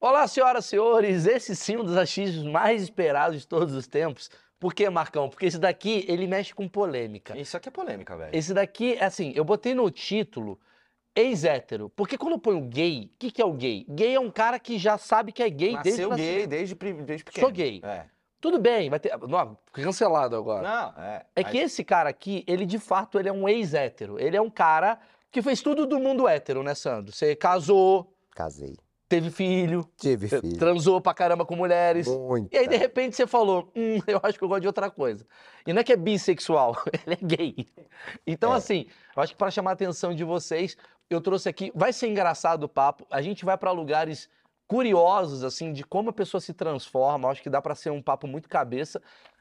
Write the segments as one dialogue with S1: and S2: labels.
S1: Olá, senhoras e senhores. Esse sim é um dos achismos mais esperados de todos os tempos. Por que, Marcão? Porque esse daqui, ele mexe com polêmica.
S2: Isso aqui é polêmica, velho.
S1: Esse daqui, assim, eu botei no título ex-hétero. Porque quando eu ponho gay, o que, que é o gay? Gay é um cara que já sabe que é gay desde
S2: Nasceu
S1: o
S2: gay desde, pri- desde pequeno.
S1: Sou gay.
S2: É.
S1: Tudo bem, vai ter. Não, cancelado agora.
S2: Não, é.
S1: É
S2: Aí-
S1: que esse cara aqui, ele de fato, ele é um ex-hétero. Ele é um cara que fez tudo do mundo hétero, né, Sandro? Você casou,
S3: Casei.
S1: teve filho,
S3: Tive filho.
S1: transou pra caramba com mulheres.
S3: Muito.
S1: E aí, de repente, você falou, hum, eu acho que eu gosto de outra coisa. E não é que é bissexual, ele é gay. Então,
S3: É.
S1: assim, eu acho que pra chamar a atenção de vocês, eu trouxe aqui, vai ser engraçado o papo, a gente vai pra lugares curiosos, assim, de como a pessoa se transforma, eu acho que dá pra ser um papo muito cabeça.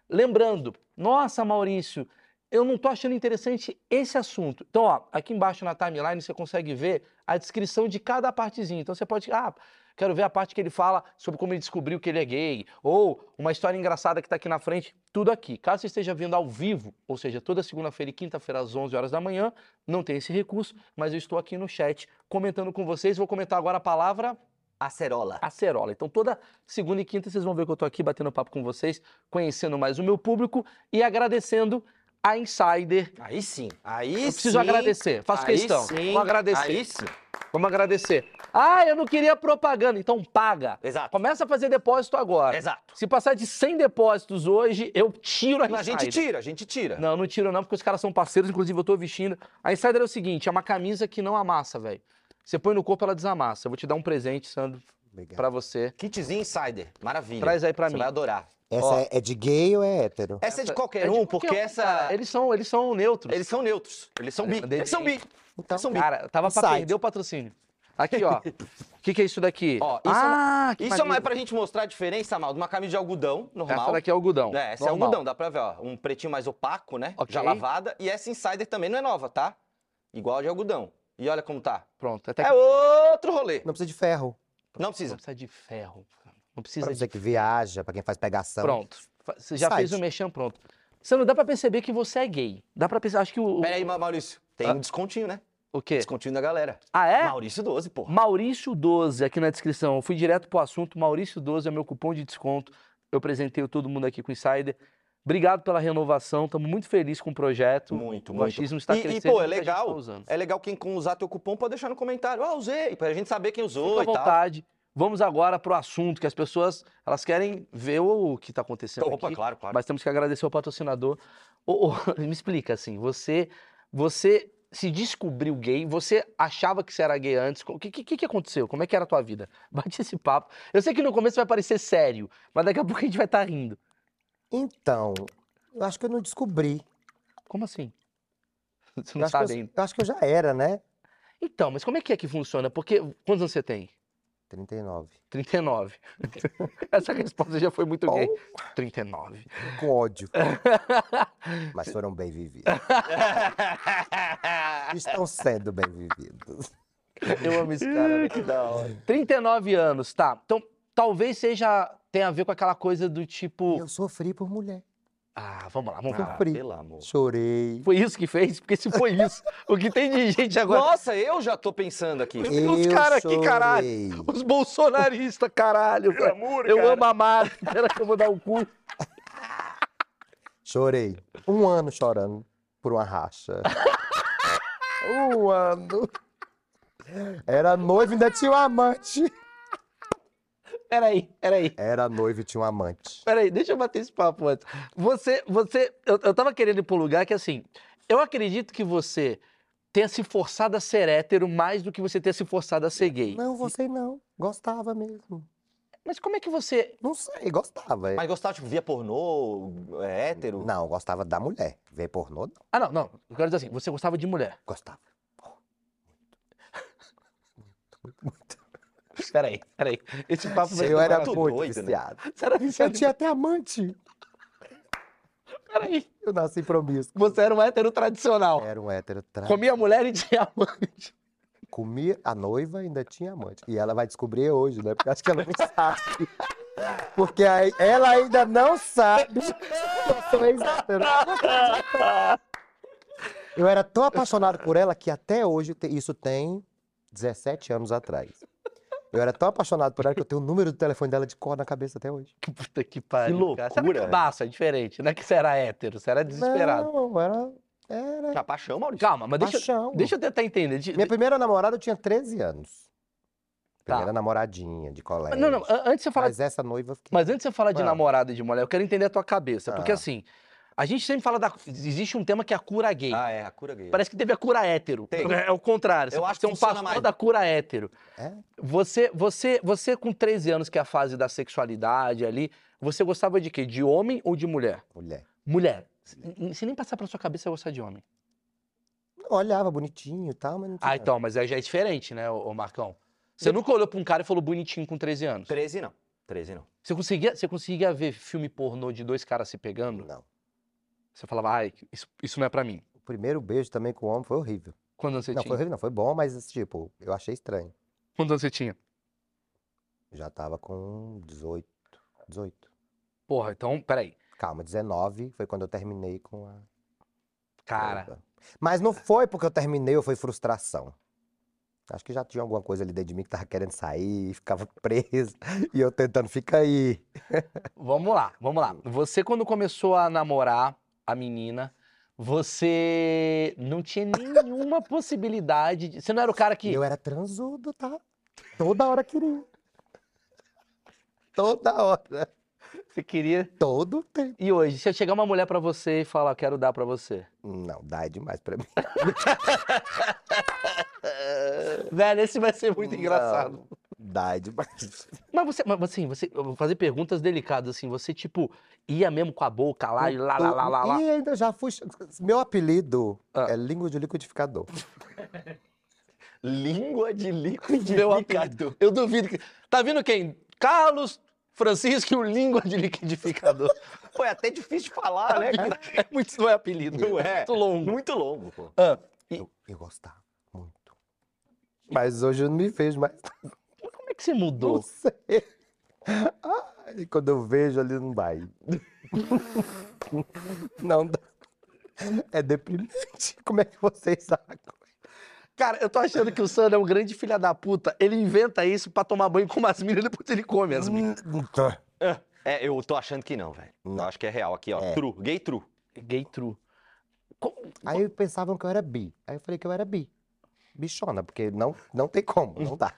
S1: Lembrando, nossa, Maurício, eu não tô achando interessante esse assunto. Então, ó, aqui embaixo na timeline você consegue ver a descrição de cada partezinha. Então você pode, ah, Quero ver a parte que ele fala sobre como ele descobriu que ele é gay, ou uma história engraçada que tá aqui na frente, tudo aqui. Caso você esteja vendo ao vivo, ou seja, toda segunda-feira e quinta-feira às 11 horas da manhã, não tem esse recurso, mas eu estou aqui no chat comentando com vocês. Vou comentar agora a palavra
S2: Acerola.
S1: acerola. Então toda segunda e quinta vocês vão ver que eu tô aqui batendo papo com vocês, conhecendo mais o meu público e agradecendo a Insider.
S2: Aí sim. Aí sim.
S1: Eu preciso agradecer, faço
S2: Aí
S1: questão.
S2: Sim.
S1: Vou agradecer.
S2: Aí sim.
S1: Vamos agradecer. Ah, eu não queria propaganda, então paga.
S2: Exato.
S1: Começa a fazer depósito agora.
S2: Exato.
S1: Se passar de 100 depósitos hoje, eu tiro a
S2: Mas a gente
S1: Insider.
S2: tira, a gente tira.
S1: Não, eu não tiro não, porque os caras são parceiros, inclusive eu tô vestindo. A Insider é o seguinte, é uma camisa que não amassa, velho. Você põe no corpo, ela desamassa. Eu vou te dar um presente, Sandro,
S3: Obrigado.
S1: pra você.
S2: Kitzinho Insider. Maravilha.
S1: Traz aí pra
S2: Você
S1: mim.
S2: vai adorar.
S3: Essa
S1: Ó.
S3: é- é de gay ou é hétero?
S2: Essa é de qualquer
S1: É de
S2: um,
S1: qualquer
S2: porque
S1: um,
S2: essa.
S1: cara. Eles são, eles são neutros.
S2: Eles são neutros. Eles são bi.
S1: Eles-
S2: Eles são bi.
S3: Então,
S2: são bi.
S1: Cara, tava pra
S3: Insider.
S1: perder o patrocínio. Aqui, ó. O que, que é isso daqui?
S2: Ó, isso é
S1: ah, que
S2: Isso é uma- é
S1: maneiro.
S2: pra gente mostrar a diferença, Mal, de uma camisa de algodão normal.
S1: Essa daqui é algodão.
S2: É, essa é
S1: normal.
S2: algodão, dá pra ver, ó. Um pretinho mais opaco, né?
S1: Ok.
S2: Já lavada. E essa Insider também não é nova, tá? Igual a de algodão. E olha como tá.
S1: Pronto. Até
S2: É outro rolê.
S3: não precisa de ferro.
S2: Não
S1: Não
S2: precisa.
S1: precisa de ferro. cara. Não
S3: Pra
S1: precisa de
S3: você que viaja, pra quem faz
S2: Então,
S3: pegação.
S1: Pronto. Fa- Você já
S3: Site.
S1: fez o mexão, pronto. Você não dá pra perceber que você é gay. Dá pra perceber. Acho que o. o-
S2: Pera aí, Ma- Maurício. Tem
S1: Ah.
S2: um descontinho, né?
S1: O quê?
S2: Descontinho da galera.
S1: Ah, é?
S2: Maurício 12, porra.
S1: Maurício 12 aqui na descrição. Eu fui direto pro assunto. Maurício 12 é meu cupom de desconto. Eu presenteio todo mundo aqui com o Insider. Obrigado pela renovação. Estamos muito felizes com o projeto.
S2: Muito,
S1: o
S2: muito.
S1: achismo está
S2: E- e,
S1: crescendo.
S2: pô, é
S1: muita gente
S2: legal.
S1: tá usando.
S2: É legal quem usar teu cupom pode deixar no comentário. Ah, usei. Pra gente saber quem
S1: Fica
S2: usou
S1: à
S2: e tal.
S1: vontade. Vamos agora pro assunto que as pessoas elas querem ver o, o que está acontecendo
S2: Opa,
S1: tá aqui.
S2: claro, claro.
S1: Mas temos que agradecer ao patrocinador. Ô, ô, me explica assim, você você se descobriu gay, você achava que você era gay antes, o que, que, que aconteceu? Como é que era a tua vida? Bate esse papo. Eu sei que no começo vai parecer sério, mas daqui a pouco a gente vai estar rindo.
S3: Então, eu acho que eu não descobri.
S1: Como assim? Você
S3: Eu
S1: não tá
S3: acho que
S1: sabe
S3: eu-
S1: ainda.
S3: eu acho que eu já era, né?
S1: Então, mas como é que é que funciona? Porque, quantos anos você tem?
S3: 39.
S1: 39. Essa resposta já foi muito gay. 39.
S3: Com ódio. Mas foram bem vividos. Estão sendo bem vividos.
S1: Eu amo esse cara.
S2: que da hora.
S1: 39 anos, tá. Então, talvez seja. tenha a ver com aquela coisa do tipo.
S3: Eu sofri por mulher.
S1: Ah, vamos lá, vamos lá.
S2: Ah,
S3: Pri.
S2: pelo amor.
S3: Chorei.
S1: Foi isso que fez? Porque se foi isso, o que tem de gente agora.
S2: Nossa, eu já tô pensando aqui.
S1: Os
S3: Eu
S1: cara aqui, caralho.
S3: chorei.
S1: Os bolsonaristas, caralho. velho.
S2: amor,
S1: Eu amo a Mari. Pera que eu vou dar o cu.
S3: Chorei. Um ano chorando por uma racha. um ano. Era noivo e ainda tinha um amante.
S1: Peraí, peraí.
S3: Era noivo e tinha um amante.
S1: Peraí, deixa eu bater esse papo antes. Você, você, eu, eu tava querendo ir pra um lugar que assim, eu acredito que você tenha se forçado a ser hétero mais do que você ter se forçado a ser gay.
S3: Não, você não. Gostava mesmo.
S1: Mas como é que você
S3: Não sei, gostava.
S2: Mas gostava, tipo, via pornô, é, hétero?
S3: Não, gostava da mulher. Ver pornô, não.
S1: Ah, não, não. Eu quero dizer assim, você gostava de mulher.
S3: Gostava.
S1: Peraí, peraí. Esse papo vai
S3: Eu
S1: ser
S3: era
S1: maravilhoso.
S2: muito
S3: muito
S2: doido, né?
S3: viciado.
S1: Você era
S3: Eu
S1: viciado em-
S3: tinha até amante.
S1: Peraí.
S3: Eu nasci promíscuo.
S1: Você era um hétero tradicional.
S3: Era um hétero
S2: Tá.
S3: trans.
S1: Comia mulher e tinha amante.
S3: Comia a noiva ainda tinha amante. E ela vai descobrir hoje, né? Porque acho que ela não sabe. Porque aí ela ainda não sabe que eu sou ex-hétero. Eu era tão apaixonado por ela que até hoje, te- isso tem 17 anos atrás. Eu era tão apaixonado por ela que eu tenho o número do telefone dela de cor na cabeça até hoje.
S1: Que puta que pariu. cara. Será
S2: loucura,
S1: que é baça, é diferente. Não é que você era hétero, você era desesperado.
S3: Não, era. Era.
S2: Já paixão, Maurício?
S1: Calma, mas deixa,
S3: paixão.
S1: deixa eu tentar entender. De-
S3: Minha primeira namorada eu tinha 13 anos.
S1: Tá.
S3: Primeira namoradinha de
S2: é
S3: colégio.
S1: Não, não, an- antes de você falar
S3: Mas essa noiva eu fiquei.
S1: Mas antes de você falar de
S3: Ah.
S1: namorada e de mulher, eu quero entender a tua cabeça. Porque
S3: Ah.
S1: assim, a gente sempre fala da. Existe um tema que é a cura gay.
S2: Ah, é, a cura gay.
S1: Parece que teve a cura hétero.
S2: Tem.
S1: É o contrário.
S2: Eu
S1: você
S2: acho
S1: você
S2: que
S1: é um
S2: funciona
S1: pastor
S2: mais.
S1: da cura hétero.
S3: É?
S1: Você, você, você, com 13 anos, que é a fase da sexualidade ali, você gostava de quê? De homem ou de mulher?
S3: Mulher.
S1: Mulher. Se- Se nem passar pela sua cabeça, eu gostar de homem.
S3: Eu olhava bonitinho e tal, mas não tinha.
S1: Ah, então, mas aí já é diferente, né, ô ô Marcão? Você nunca olhou pra um cara e falou bonitinho com 13 anos.
S2: 13 não. 13 não.
S1: Você conseguia, você conseguia ver filme pornô de dois caras se pegando?
S3: Não.
S1: Você falava, ai, isso, isso não é pra mim.
S3: O primeiro beijo também com o homem foi horrível.
S1: Quantos anos você
S3: não,
S1: tinha?
S3: foi horrível, não. Foi bom, mas, tipo, eu achei estranho.
S1: Quantos anos você tinha?
S3: Já tava com 18. 18.
S1: Porra, então, peraí.
S3: Calma, 19 foi quando eu terminei com a.
S1: Cara,
S3: noiva. Mas não foi porque eu terminei ou foi frustração. Acho que já tinha alguma coisa ali dentro de mim que tava querendo sair, ficava preso. E eu tentando, fica aí.
S1: vamos lá, vamos lá. Você, quando começou a namorar a menina, você não tinha nenhuma possibilidade de... Você não era o cara
S3: E
S1: que...
S3: eu era transudo, tá? Toda hora queria. Toda hora.
S1: Você queria...
S3: Todo tempo.
S1: E hoje, se eu chegar uma mulher pra você e falar, quero dar pra você...
S3: Não, dá é demais pra mim.
S1: Velho, esse Né, vai ser muito
S3: Não.
S1: engraçado.
S3: Dá é demais.
S1: Mas você, mas assim, você, eu vou fazer perguntas delicadas, assim, você, tipo, ia mesmo com a boca lá e lá, lá, lá, lá, lá.
S3: E ainda já fui. Meu apelido
S1: Ah.
S3: é língua de liquidificador.
S2: Língua de
S1: Meu apelido. Eu duvido que. Tá vendo quem? Carlos Francisco e o língua de liquidificador.
S2: Pô, é até difícil de falar, né? cara?
S1: é muito, não é apelido.
S2: Não é.
S1: Muito longo.
S2: Muito longo, pô.
S1: Ah,
S3: Eu, eu gostava muito. Mas hoje eu não me vejo mais.
S1: como é que você
S3: Não
S1: mudou?
S3: sei. Ai, quando eu vejo ali, não vai. Não dá. É deprimente. Como é que vocês sacam?
S1: Cara, eu tô achando que o Sandro é um grande filha da puta. Ele inventa isso pra tomar banho com umas minas e depois ele come as minas.
S2: É, eu tô achando que não, velho. Eu acho que é real aqui, ó.
S3: É.
S2: True, gay true.
S1: Gay true. Co-
S3: Aí pensavam que eu era bi. Aí eu falei que eu era bi. Bichona, porque não, não tem como, não dá.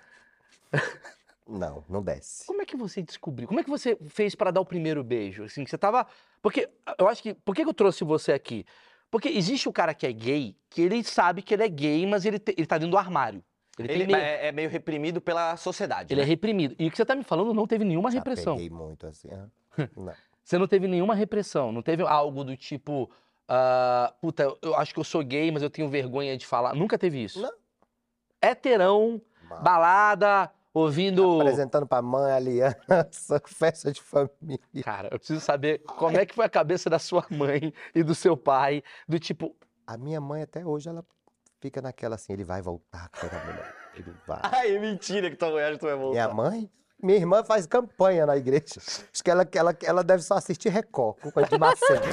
S3: Não, não desce.
S1: Como é que você descobriu? Como é que você fez pra dar o primeiro beijo? Assim, que você tava. Porque ah, eu acho que. Por que que eu trouxe você aqui? Porque existe o cara que é gay, que ele sabe que ele é gay, mas ele, te- ele tá dentro do armário. Ele, tem
S2: Ele
S1: medo.
S2: é, é meio reprimido pela sociedade.
S1: Ele é
S2: né?
S1: reprimido. E o que você tá me falando não teve nenhuma
S3: Já
S1: repressão.
S3: peguei muito assim. ah. Não.
S1: Você não teve nenhuma repressão. Não teve algo do tipo. ah, puta, eu- eu acho que eu sou gay, mas eu tenho vergonha de falar. Nunca teve isso.
S3: Não. Ah.
S1: Héterão,
S3: Mas-
S1: balada, ouvindo.
S3: Apresentando pra mãe, aliança, festa de família.
S1: Cara, eu preciso saber como é que foi a cabeça da sua mãe e do seu pai. Do tipo,
S3: A minha mãe até hoje, ela fica naquela assim, ele vai voltar com aquela mulher. Ele vai.
S2: Ai, é mentira que tua mulher tu vai
S3: Minha
S2: voltar.
S3: mãe? Minha irmã faz campanha na igreja. Acho que ela, ela, ela deve só assistir Record, com coisa de Marcelo.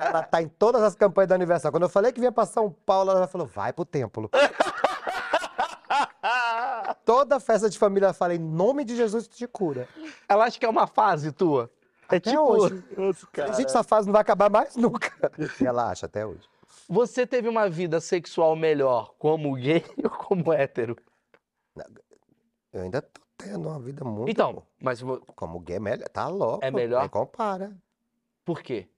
S3: Ela tá em todas as campanhas da Universal. Quando eu falei que vinha pra São Paulo, ela falou, vai pro templo. Toda festa de família, ela fala, em nome de Jesus, tu te cura.
S1: ela acha que é uma fase tua. É
S3: Até
S1: tipo,
S3: hoje.
S2: cara.
S3: Gente, essa fase não vai acabar mais nunca. E ela acha até hoje.
S1: você teve uma vida sexual melhor como gay ou como hétero?
S3: Eu ainda tô tendo uma vida muito...
S1: Então, mas vo-
S3: Como gay é melhor. Tá louco.
S1: É melhor?
S3: Nem compara.
S1: por quê?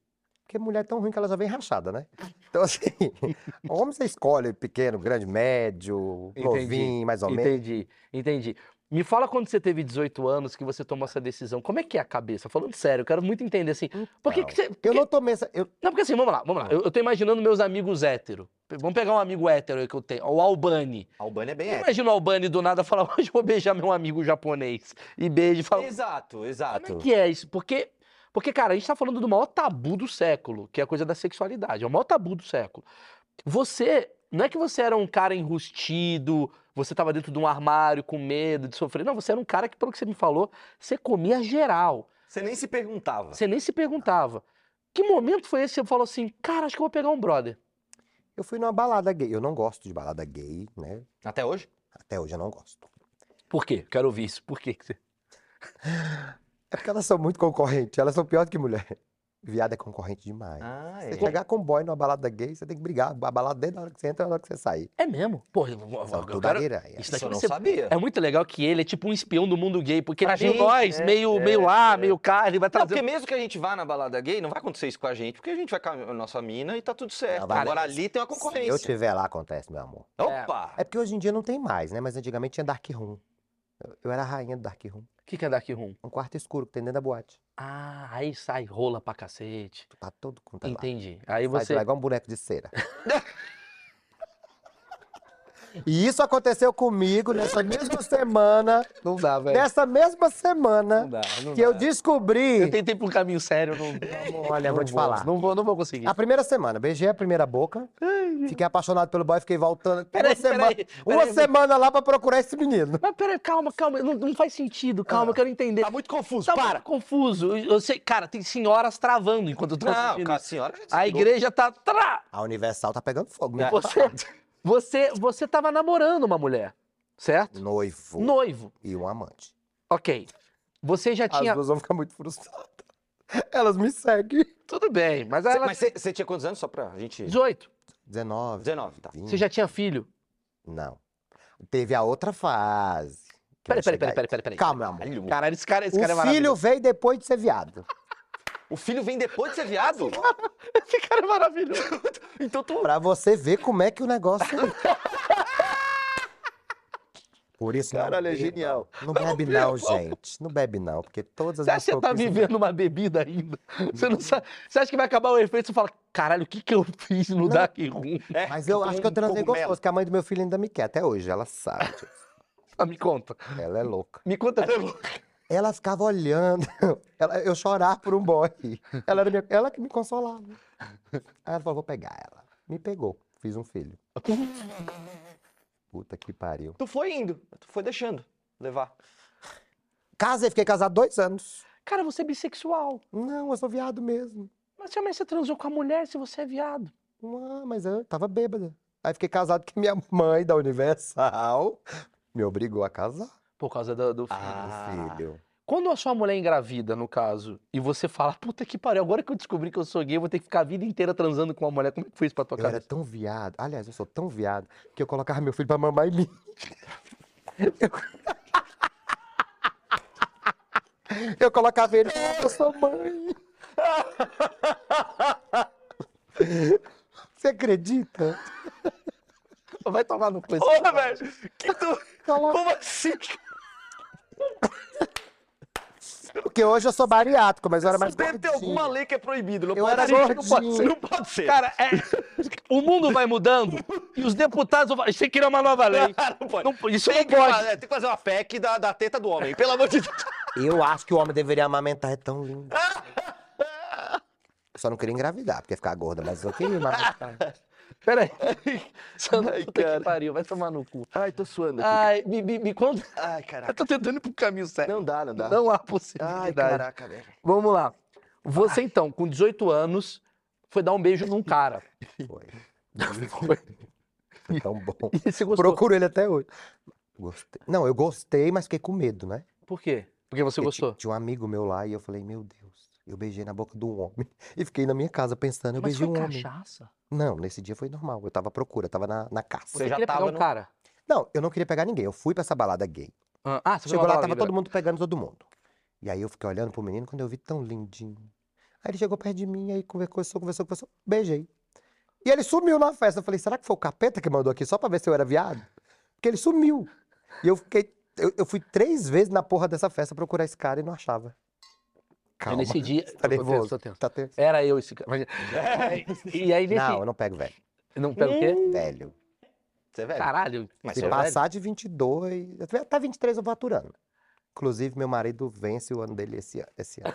S3: Porque mulher é tão ruim que ela já vem rachada, né? Então, assim, homem você escolhe pequeno, grande, médio,
S1: Entendi,
S3: novinho, mais ou menos.
S1: Entendi, entendi. Me fala quando você teve 18 anos que você tomou essa decisão. Como é que é a cabeça? Falando sério, eu quero muito entender assim. Por que, que você. por
S3: Então, Eu
S1: que-
S3: não tomei essa. Eu,
S1: Não, porque assim, vamos lá, vamos lá. Eu, eu tô imaginando meus amigos hétero. Pe- Vamos pegar um amigo hétero aí que eu tenho, o Albani.
S2: A Albânia é bem hétero.
S1: Imagina o Albani do nada falar, hoje eu vou beijar meu amigo japonês. E beijo e fala.
S2: Exato,
S1: Como
S2: exato.
S1: é que é isso? Porque, porque, cara, a gente tá falando do maior tabu do século, que é a coisa da sexualidade. É o maior tabu do século. Você. Não é que você era um cara enrustido, você tava dentro de um armário com medo de sofrer. Não, você era um cara que, pelo que você me falou, você comia geral.
S2: Você nem se perguntava.
S1: Você nem se perguntava. Que momento foi esse que você falou assim, cara, acho que eu vou pegar um brother?
S3: eu fui numa balada gay. Eu não gosto de balada gay, né?
S2: Até hoje?
S3: Até hoje eu não gosto.
S1: Por quê? Quero ouvir isso. Por quê? que você-
S3: É porque elas são muito concorrentes, elas são pior do que mulher. Viado é concorrente demais.
S2: Ah,
S1: é.
S3: Você chegar com um boy numa balada gay, você tem que brigar. A balada desde a hora que você entra, é a hora que você sai.
S1: É mesmo? Pô, eu, eu- eu-
S3: São
S1: eu
S3: tudo
S1: quero-
S3: aranha.
S1: Isso
S2: Isso
S1: daqui
S2: eu
S1: vai
S2: não
S1: ser...
S2: sabia.
S1: É muito legal que ele é tipo um espião do mundo gay, porque ele
S2: A
S1: é meio
S2: gente,
S1: nós,
S2: é,
S1: meio, meio
S2: é,
S1: lá,
S2: é.
S1: meio cá, ele vai
S2: Não,
S1: trazer...
S2: porque mesmo que a gente vá na balada gay, não vai acontecer isso com a gente, porque a gente vai com a nossa mina e tá tudo certo.
S3: Não, vai-
S2: Agora ali tem uma
S3: Se eu
S2: concorrência.
S3: tiver lá, acontece, meu amor.
S2: Opa!
S3: É porque hoje em dia não tem mais, né? Mas antigamente tinha dark room. Eu, eu era a rainha do dark room.
S1: O que, que é Dark Room?
S3: Um quarto escuro que tem dentro da boate.
S1: Ah, aí sai rola pra cacete.
S3: Tu tá todo quanto é lá.
S1: Entendi. Aí
S3: Sai de
S1: você...
S3: lá igual um boneco de cera. e isso aconteceu comigo nessa mesma semana.
S1: Não dá, velho.
S3: Nessa mesma
S1: Não
S3: semana
S1: dá, não
S3: que É, eu
S1: dá.
S3: descobri.
S1: Eu tentei por um caminho sério, não... não
S3: Olha, eu vou te falar. Ah,
S1: Não vou, não vou conseguir.
S3: A primeira semana, beijei a primeira boca. Fiquei apaixonado pelo boy, fiquei voltando. uma
S1: Peraí,
S3: semana,
S1: peraí, peraí.
S3: uma semana lá pra procurar esse menino.
S1: Mas peraí, calma, calma. Não, não faz sentido, calma, eu quero entender.
S2: muito confuso,
S1: Tá muito confuso. Eu, eu sei, cara, tem senhoras travando enquanto eu tô
S2: Não,
S3: assim,
S1: assistindo.
S2: cara, assim, a senhora já
S1: A
S2: desligou.
S1: igreja tá. Tra...
S3: A Universal tá pegando fogo. Né?
S1: Você, você, você tava namorando uma mulher, certo?
S3: Noivo
S1: Noivo.
S3: e um amante.
S1: Ok. Você já tinha.
S3: As duas vão ficar muito frustradas. Elas me seguem.
S1: Tudo bem, mas ela.
S2: Mas você- você tinha quantos anos só pra gente...
S1: 18.
S3: 19.
S2: 19, tá.
S3: 20.
S1: Você já tinha filho?
S3: Não. Teve a outra fase. que
S1: Peraí,
S3: vai
S1: peraí, peraí,
S3: chegar aí. Um
S1: peraí, peraí, peraí.
S3: Calma, meu amor.
S1: Caralho, esse cara, esse cara é
S3: o filho
S1: maravilhoso.
S3: veio depois de ser viado.
S2: O filho vem depois de ser viado?
S3: Assim,
S1: Esse cara é maravilhoso.
S2: então tu...
S3: Pra você ver como é que o negócio. Por isso, não
S2: Caralho, é
S3: beba.
S2: genial.
S3: Não bebe, não, gente. Não bebe, não, porque todas as
S1: Você acha que você tá
S3: conquistas-
S1: vivendo uma bebida ainda? Você não sabe. Você acha que vai acabar o efeito? Você fala, caralho, o que que eu fiz no Dark Room?
S2: É,
S3: Mas
S1: um
S3: eu acho que eu transei
S2: cogumelo.
S3: gostoso, que a mãe do meu filho ainda me quer, até hoje, ela sabe. disso.
S1: Ah, me conta.
S3: Ela é louca.
S1: Me conta.
S3: Ela ficava olhando, ela- eu chorar por um boy. Ela, era minha- ela que me consolava. Aí ela falou, vou pegar ela. Me pegou, fiz um filho. Puta que pariu.
S2: Tu foi indo, tu foi deixando levar.
S3: Casei, fiquei casado dois anos.
S1: Cara, você é bissexual.
S3: Não, eu sou viado mesmo.
S1: Mas também você transou com a mulher se você é viado.
S3: Ah, mas eu tava bêbada. Aí fiquei casado com minha mãe da Universal. Me obrigou a casar.
S1: Por causa do, do filho.
S2: Ah.
S3: Meu filho.
S1: Quando a sua mulher engravida, no caso, e você fala, puta que pariu, agora que eu descobri que eu sou gay, eu vou ter que ficar a vida inteira transando com uma mulher. Como é que foi isso pra tua
S3: Eu era
S1: cabeça?
S3: tão viado. Aliás, eu sou tão viado que eu colocava meu filho pra mamar em mim. Eu, eu colocava ele pra mamar, eu sou mãe. Você acredita?
S2: É.
S1: Vai tomar no cu esse
S2: Porra,
S1: cara.
S2: velho! que tu-
S3: Coloca-
S2: Como assim?
S3: Porque hoje eu sou bariátrico, mas eu era mais
S2: Mas deve ter
S3: gordinho.
S2: alguma lei que é proibido. Não
S3: Eu
S2: pode
S3: era
S2: ser.
S1: gente, não pode
S3: gordinho.
S1: ser.
S2: Não pode ser.
S1: Cara, é... o mundo vai mudando e os deputados vão falar, você queria é uma nova lei.
S2: não pode.
S1: Não- isso
S2: tem,
S1: não
S2: que
S1: pode.
S2: fazer, tem que fazer uma PEC da, da teta do homem, pelo amor de Deus.
S3: Eu acho que o homem deveria amamentar, é tão lindo. Eu só não queria engravidar, porque ia ficar gorda, mas eu queria amamentar.
S1: Peraí. Sandra,
S2: Ai,
S1: puta que
S2: é, cara.
S1: pariu, vai tomar no cu.
S2: Ai, tô suando
S1: Ai, me, me, me conta.
S2: Ai,
S1: Eu
S2: caraca.
S1: tô tentando ir pro caminho sério.
S2: Não dá, não dá.
S1: Não há
S2: Ai,
S1: possibilidade.
S2: caraca, velho.
S1: Vamos lá. Você, então, com 18 anos, foi dar um beijo num cara.
S3: Foi.
S1: Foi.
S3: Foi tão bom.
S1: E você gostou.
S3: Procuro ele até hoje. Gostei. Não, eu gostei, mas fiquei com medo, né?
S1: Por quê? Porque você
S3: Porque ti-
S1: gostou.
S3: Tinha um amigo meu lá e eu falei, meu Deus, eu beijei na boca de um homem. E fiquei na minha casa pensando, eu
S1: Mas
S3: beijei
S1: foi
S3: um homem.
S1: cachaça?
S3: Não, nesse dia foi normal. Eu tava à procura, eu tava na, na caça.
S2: Você já
S1: queria
S2: tava
S1: pegar um
S2: no-
S1: cara?
S3: Não, eu não queria pegar ninguém. Eu fui pra essa balada gay.
S1: Ah, ah, você foi
S3: Chegou
S1: uma
S3: lá, tava
S1: balada.
S3: todo mundo pegando todo mundo. E aí eu fiquei olhando pro menino, quando eu vi tão lindinho. Aí ele chegou perto de mim, aí conversou, conversou, conversou, beijei. E ele sumiu na festa. Eu falei, será que foi o capeta que mandou aqui só pra ver se eu era viado? Porque ele sumiu. E eu fiquei. Eu, eu fui três vezes na porra dessa festa procurar esse cara e não achava.
S1: E
S3: Calma.
S1: nesse dia.
S3: Tá
S1: Eu tô tenso,
S3: nervoso.
S1: tô tenso.
S3: Tá tenso.
S1: Era eu esse cara.
S2: É,
S1: E aí É nesse.
S3: Não, eu não pego velho.
S1: Não pega o quê?
S3: Velho.
S2: Você é velho.
S1: Caralho.
S2: Mas
S3: Se
S2: você é velho.
S3: passar de 22, até 23 eu tá vou aturando. Inclusive, meu marido vence o ano dele esse ano. Esse ano.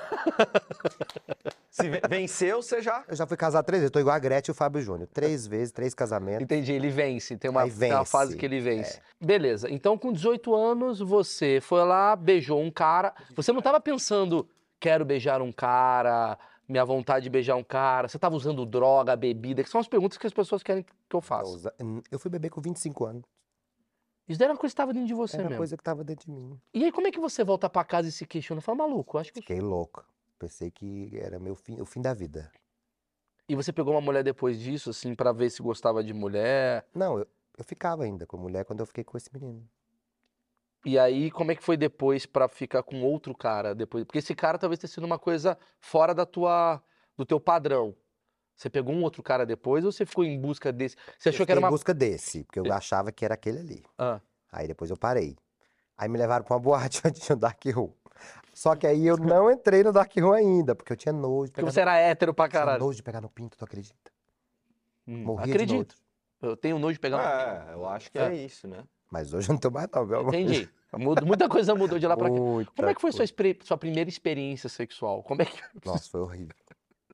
S2: Se ve- venceu, você já.
S3: Eu já fui casado três vezes, tô igual a Gretchen e o Fábio Júnior.
S1: É.
S3: Três vezes, três casamentos.
S1: Entendi, ele vence. Tem uma,
S3: Aí
S1: tem uma
S3: vence, é.
S1: fase que ele vence. Beleza. Então, com 18 anos, você foi lá, beijou um cara. Você não tava pensando, quero beijar um cara, minha vontade de beijar um cara. Você tava usando droga,
S3: Então
S1: bebida, que são as perguntas que as pessoas querem que eu faça.
S3: Eu usa- Eu fui beber com 25 anos.
S1: Isso daí era uma coisa que estava dentro de você
S3: Era É uma
S1: mesmo.
S3: coisa que tava dentro de mim.
S1: E aí, como é que você volta pra casa e se questiona? Fala, maluco, acho que. eu sou-"
S3: Fiquei louco. Pensei que era meu fim, o fim da vida.
S1: E você pegou uma mulher depois disso, assim, pra ver se gostava de mulher.
S3: Não, eu, eu ficava ainda com mulher quando eu fiquei com esse menino.
S1: E aí, como é que foi depois pra ficar com outro cara depois? Porque esse cara talvez tenha sido uma coisa fora da tua, do teu padrão. Você pegou um outro cara depois ou você ficou em busca desse? Você
S3: Eu
S1: achou que era
S3: fiquei
S1: uma. É.
S3: em busca desse, porque eu achava que era aquele ali.
S1: Ah,
S3: Aí depois eu parei. Aí me levaram pra uma boate onde tinha um dark room. Só que aí eu não entrei no dark room ainda, porque eu tinha nojo. de
S1: porque
S3: pegar
S1: então você era hétero pra
S3: no... tinha
S1: caralho.
S3: nojo de pegar no pinto, tu acredita?
S1: Hum,
S3: Morria de nojo. Ah,
S1: Acredito. Eu tenho nojo de pegar um.
S2: É, eu acho que é, isso, né?
S3: Mas hoje eu não tô mais não, meu amor.
S1: Entendi. Mud- Muita coisa mudou de lá pra cá.
S3: Muita
S1: Como é que foi sua,
S3: é. coisa.
S1: expre- sua primeira experiência sexual? Como é que.
S3: Nossa, foi horrível.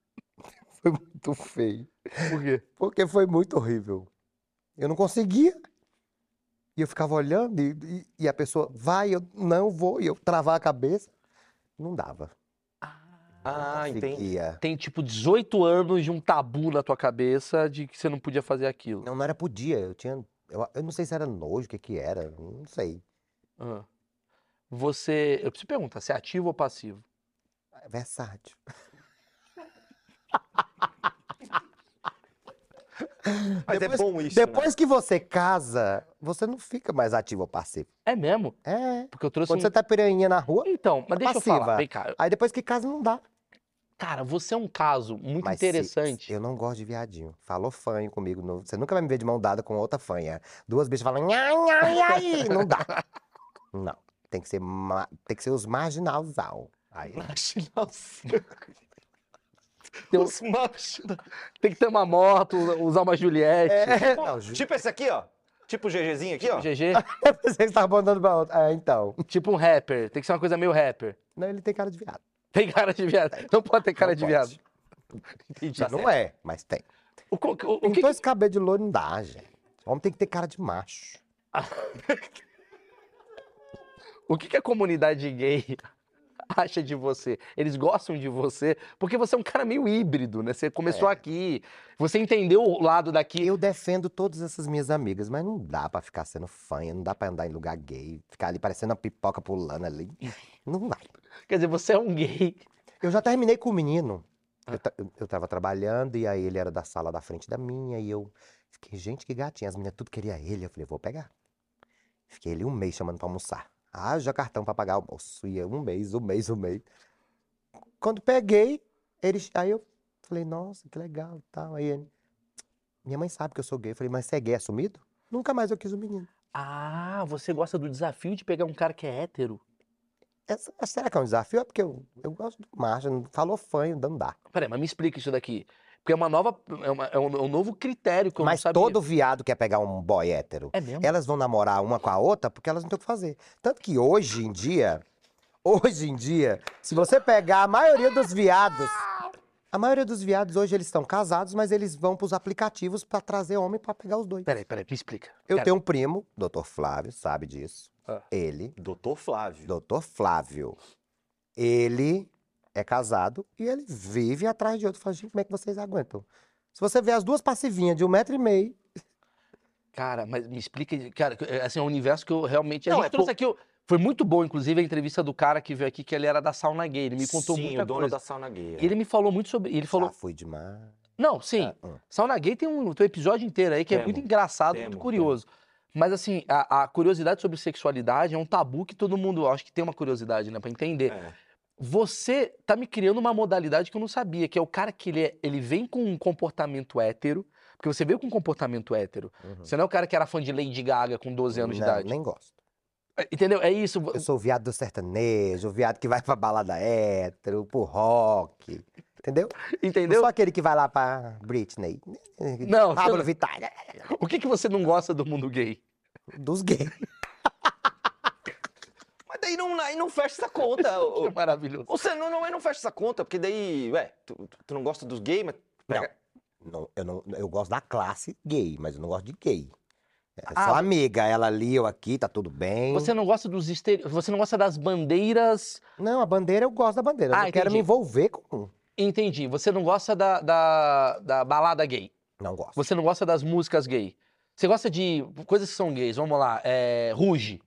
S3: foi muito feio.
S1: Por quê?
S3: Porque foi muito horrível. Eu não conseguia. E eu ficava olhando e, e- e a pessoa, vai, eu não vou. E eu travar a cabeça. Não dava.
S2: Ah, entendi.
S3: Conseguia.
S1: tem tipo 18 anos de um tabu na tua cabeça de que você não podia fazer aquilo.
S3: Não, não era podia. Eu tinha. Eu, eu não sei se era nojo, o que que era. Não sei.
S1: Ah. Você, eu preciso perguntar, você é ativo ou passivo?
S3: É versátil.
S2: Mas
S3: Depois-
S2: é bom isso, né?
S3: Depois que você casa, você não fica mais ativo ou passivo.
S1: É mesmo?
S3: É.
S2: Tipo
S1: Porque eu trouxe
S3: Quando
S2: assim
S1: um...
S3: você tá piranha na rua,
S1: Então, mas deixa eu falar.
S3: passiva.
S1: Vem cá.
S3: aí depois que casa não dá.
S1: Cara, você é um caso muito
S3: Mas se-
S1: interessante.
S3: eu não gosto de viadinho. Falou fanho comigo. não- você nunca vai me ver de mão dada com outra fanha. Duas bichas falando. Nha, nha, nha, aí", não dá. Não. Tem que ser, ma- tem que ser os marginalzal. Aí. um
S1: Eu-
S2: Os machos.
S1: Tem que ter uma moto, usar uma Juliette.
S3: É, não, ju-
S2: Tipo esse aqui, ó. Tipo o GGzinho aqui, ó.
S1: GG,
S3: você estava mandando pra outra. É, então.
S1: tipo um rapper. Tem que ser uma coisa meio rapper.
S3: Não, ele tem cara de viado.
S1: Tem cara de viado. Não pode ter cara
S3: Não
S1: de
S3: pode.
S1: viado. Entendi.
S3: Já não é, Então- mas tem.
S1: O, co- o- o que
S3: Pintou esse cabelo de loiro não dá, gente. Homem tem que ter cara de macho.
S1: O que, que a comunidade gay acha de você? Eles gostam de você porque você é um cara meio híbrido, né? Você começou
S3: É.
S1: aqui, você entendeu o lado daqui.
S3: Eu defendo todas essas minhas amigas, mas não dá pra ficar sendo fanha, não dá pra andar em lugar gay, ficar ali parecendo uma pipoca pulando ali. Não vai.
S1: Quer dizer, você é um gay.
S3: Eu já terminei com o menino. Eu, ta- eu, eu tava trabalhando e aí ele era da sala da frente da minha e eu fiquei, gente, que gatinha. As meninas tudo queria ele. Eu falei, vou pegar. Fiquei ele um mês chamando pra almoçar. Haja cartão pra pagar almoço. Ia um mês, um mês, um mês. Quando peguei, ele, aí eu falei, nossa, que legal e tal. Aí ele, minha mãe sabe que eu sou gay. Eu falei, mas você é gay assumido? Nunca mais eu quis um menino.
S1: Ah, você gosta do desafio de pegar um cara que é hétero?
S3: Essa- será que é um desafio? É porque eu, eu gosto do macho, não- falou fanho, não dá.
S1: Peraí, mas me explica isso daqui. Porque é uma nova. É, uma- é um, é um novo critério que eu
S3: Mas
S1: não sabia.
S3: todo viado quer pegar um boy hétero.
S1: É mesmo?
S3: elas vão namorar uma com a outra porque elas não têm o que fazer. Tanto que hoje em dia, hoje em dia, se você pegar a maioria dos viados, a maioria dos viados hoje eles estão casados, mas eles vão pros aplicativos pra trazer homem pra pegar os dois.
S1: Peraí, peraí, me explica.
S3: Eu
S1: Cara,
S3: tenho um primo, Dr. Flávio, sabe disso.
S1: Ah.
S3: Ele,
S2: Doutor Flávio.
S3: Dr. Flávio, ele é casado e ele vive atrás de outro. Fala, gente, como é que vocês aguentam? Se você vê as duas passivinhas de um metro e meio,
S1: Cara, mas me explica, cara, que- é, assim, é um universo que eu realmente. a
S2: Não,
S1: gente
S2: é
S1: trouxe
S2: por-
S1: aqui. o- Foi muito bom, inclusive, a entrevista do cara que veio aqui, que ele era da sauna gay. Ele me contou
S2: Sim,
S1: muita
S2: o dono
S1: coisa.
S2: da sauna gay.
S1: E ele me falou muito sobre. Ele falou.
S3: já fui demais.
S1: Não, sim.
S3: Ah, ah.
S1: Sauna gay tem um, tem um episódio inteiro aí que é
S2: Temos,
S1: muito engraçado, muito
S2: temos,
S1: curioso. Mas assim, a, a curiosidade sobre sexualidade é um tabu que todo mundo acho que tem uma curiosidade, né, Pra entender.
S2: É.
S1: Você tá me criando uma modalidade que eu não sabia, que é o cara que ele, é- ele vem com um comportamento hétero, porque você veio com um comportamento hétero.
S3: Uhum.
S1: Você não é o cara que era fã de Lady Gaga com 12 anos de
S3: Não,
S1: idade.
S3: nem gosto.
S1: É, Entendeu? É isso. vo-
S3: Eu sou o viado do sertanejo, o viado que vai pra balada hétero, pro rock. Entendeu? Não
S1: Entendeu?
S3: sou aquele que vai lá pra Britney.
S1: Não,
S3: Pablo
S1: você-
S3: Vittar. é,
S1: O que, que você não gosta do mundo gay?
S3: Dos gays.
S2: Mas daí não, aí não fecha essa conta. ô-
S1: Que
S2: ô.
S1: É maravilhoso.
S2: Ou você não, não, aí não fecha essa conta, porque daí, ué, tu, tu- tu não gosta dos gays, mas.
S3: Não. Não, eu, não, eu gosto da classe gay, mas eu não gosto de gay. É
S1: Ah,
S3: só
S1: mas-
S3: amiga, ela ali, eu aqui, tá tudo bem.
S1: Você não gosta dos estere... Você não gosta das bandeiras
S3: Não, a bandeira eu gosto da bandeira. Eu
S1: Ah,
S3: não quero
S1: entendi.
S3: me envolver com. um.
S1: Entendi. Você não gosta da, da, da balada gay.
S3: Não gosto.
S1: Você não gosta das músicas gay. Você gosta de coisas que são gays, vamos lá. É, ruge.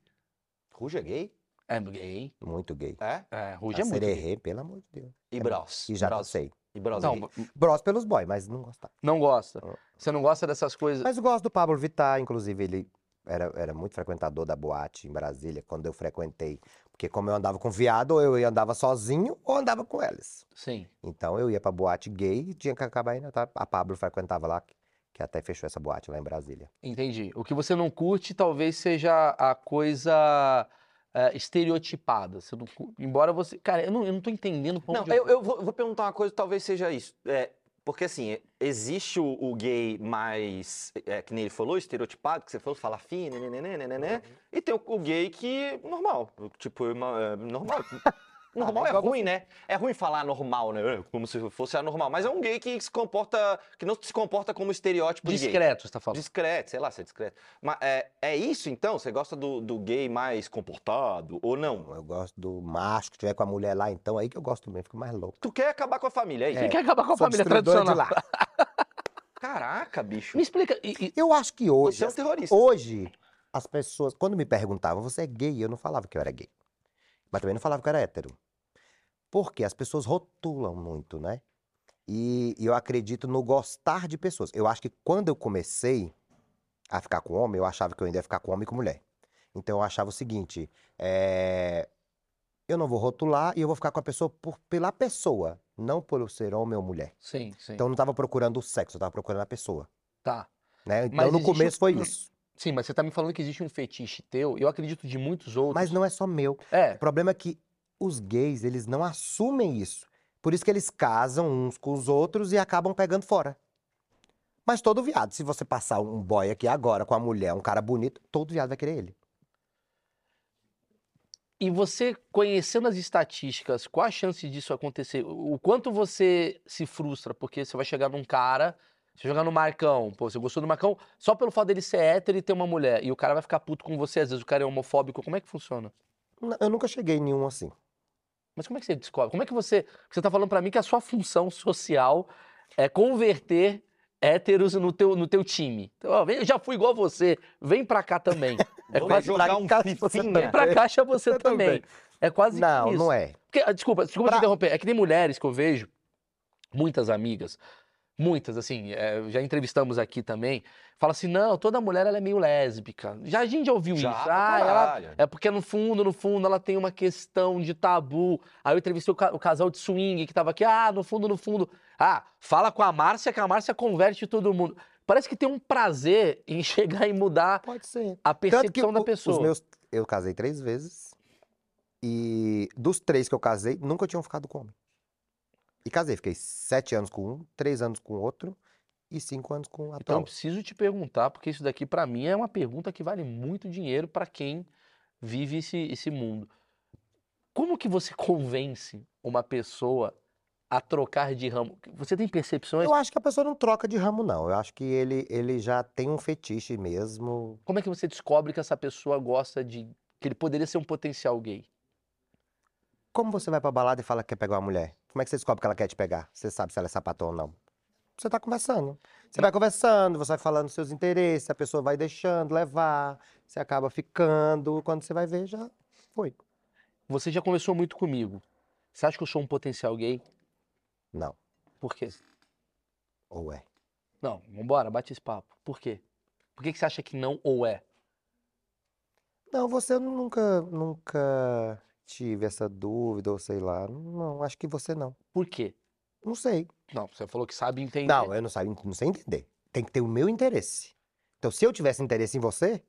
S2: Ruge é gay?
S1: É gay.
S3: Muito gay.
S2: É?
S1: É,
S3: A
S1: ruge é muito. gay.
S3: sererê, pelo amor de Deus.
S2: E tá bros.
S3: E já
S2: bros.
S3: sei.
S2: E bros.
S1: Não,
S2: gay.
S3: Bros pelos boys, mas não gostava.
S1: não gosta.
S3: Ah.
S1: Você não gosta dessas coisas.
S3: Mas eu gosto do Pablo Vittar, inclusive ele era, era muito frequentador da boate em Brasília, quando eu frequentei. Porque como eu andava com viado, ou eu ia- andava sozinho ou andava com eles.
S1: Sim.
S3: Então eu ia pra boate gay e tinha que acabar indo. tá? A Pablo frequentava lá, que- que até fechou essa boate lá em Brasília.
S1: Entendi. O que você não curte talvez seja a coisa é, estereotipada. Você não cu- Embora você. Cara, eu não, eu não tô entendendo como.
S2: Não, eu, eu vou, vou perguntar uma coisa, talvez seja isso. É, porque assim, é, existe o, o gay mais, é, que nem ele falou, estereotipado, que você falou, fala né, fino, nenenê, nenenê, e tem o, o gay que é normal. Tipo, é uma- é normal. Normal é ruim, né? É ruim falar normal, né? Como se fosse anormal. Mas é um gay que se comporta. que não se comporta como estereótipo de gay.
S1: Discreto, você tá falando.
S2: Discreto, sei lá se é discreto. Mas é, é isso então? Você gosta do, do gay mais comportado ou não?
S3: Eu gosto do macho que tiver com a mulher lá, então aí que eu gosto mesmo, fico mais louco.
S2: Tu quer acabar com a família, é isso?
S1: Você quer acabar com a
S3: Sou
S1: família
S3: destruidora
S1: tradicional?
S3: de lá.
S2: Caraca, bicho.
S1: Me explica. e- e-
S3: Eu acho que hoje.
S2: Você é um terrorista.
S3: Hoje, as pessoas, quando me perguntavam, você é gay? Eu não falava que eu era gay. Mas também não falava que eu era hétero. Porque as pessoas rotulam muito, né? E, e eu acredito no gostar de pessoas. Eu acho que quando eu comecei a ficar com homem, eu achava que eu ainda ia ficar com homem e com mulher. Então eu achava o seguinte: é, eu não vou rotular e eu vou ficar com a pessoa por- pela pessoa, não por eu ser homem ou mulher.
S1: Sim, sim.
S3: Então eu não estava procurando o sexo, eu estava procurando a pessoa.
S1: Tá.
S3: Né? Então
S1: Mas
S3: no
S1: existe um-
S3: começo foi isso.
S1: Sim, mas você tá me falando que existe um fetiche teu, eu acredito de muitos outros.
S3: Mas não é só meu.
S1: É,
S3: O problema é que os gays, eles não assumem isso. Por isso que eles casam uns com os outros e acabam pegando fora. Mas todo viado, se você passar um boy aqui agora com a mulher, um cara bonito, todo viado vai querer ele.
S1: e você conhecendo as estatísticas, qual a chance disso acontecer? O o quanto você se frustra? Porque você vai chegar num cara, você jogar no Marcão, pô, você gostou do Marcão, só pelo fato dele ser hétero e ter uma mulher, e o cara vai ficar puto com você, às vezes o cara é homofóbico, como é que funciona?
S3: N- Eu nunca cheguei em nenhum assim.
S1: Mas como é que você descobre? Como é que você. porque Você tá falando pra mim que a sua função social é converter héteros no teu, no teu time. Então, ó, vem, eu já fui igual a você, vem pra cá também. É
S2: Vamos
S1: quase
S2: jogar um
S3: pra cá, você
S1: Vem
S2: fifinha.
S1: pra caixa você
S3: Eu também.
S1: também. É quase
S3: Não,
S1: isso.
S3: não é.
S1: Porque, ah, desculpa, desculpa
S3: Pra-
S1: te interromper. É que tem mulheres que eu vejo, muitas amigas, muitas, assim, é, já entrevistamos aqui também, fala assim, não, toda mulher ela é meio lésbica. Já a gente já ouviu
S2: Já,
S1: isso.
S2: pra
S1: Ah, ela
S2: caralho.
S1: é porque no fundo, no fundo, ela tem uma questão de tabu. Aí eu entrevistei o, ca- o casal de swing que tava aqui. Ah, no fundo, no fundo. Ah, fala com a Márcia que a Márcia converte todo mundo. Parece que tem um prazer em chegar e mudar
S3: Pode ser.
S1: a
S3: Tanto que
S1: percepção da
S3: o-
S1: pessoa.
S3: os meus... Eu casei três vezes. E dos três que eu casei, nunca tinham ficado com homem. E casei. Fiquei sete anos com um, três anos com outro e cinco anos com o
S1: Então eu
S3: atual.
S1: preciso te perguntar, porque isso daqui pra mim é uma pergunta que vale muito dinheiro pra quem vive esse, esse mundo. Como que você convence uma pessoa a trocar de ramo? Você tem percepções?
S3: Eu acho que a pessoa não troca de ramo, não. Eu acho que ele, ele já tem um fetiche mesmo.
S1: Como é que você descobre que essa pessoa gosta de. que ele poderia ser um potencial gay?
S3: Como você vai pra balada e fala que quer pegar uma mulher? Como é que você descobre que ela quer te pegar? Você sabe se ela é sapatão ou não? Você tá conversando. Você vai conversando, você vai falando seus interesses, a pessoa vai deixando levar, você acaba ficando. Quando você vai ver, já foi.
S1: Você já conversou muito comigo. Você acha que eu sou um potencial gay?
S3: Não.
S1: Por quê?
S3: Ou é.
S1: Não, vambora, bate esse papo. Por quê? Por que, que você acha que não ou é?
S3: Não, você nunca, nunca tive essa dúvida, ou sei lá. Não, acho que você não.
S1: Por quê?
S3: Não sei.
S1: Não, você falou que sabe entender.
S3: Não, é eu não, sabe, não sei entender. Tem que ter o meu interesse. Então, se eu tivesse interesse em você,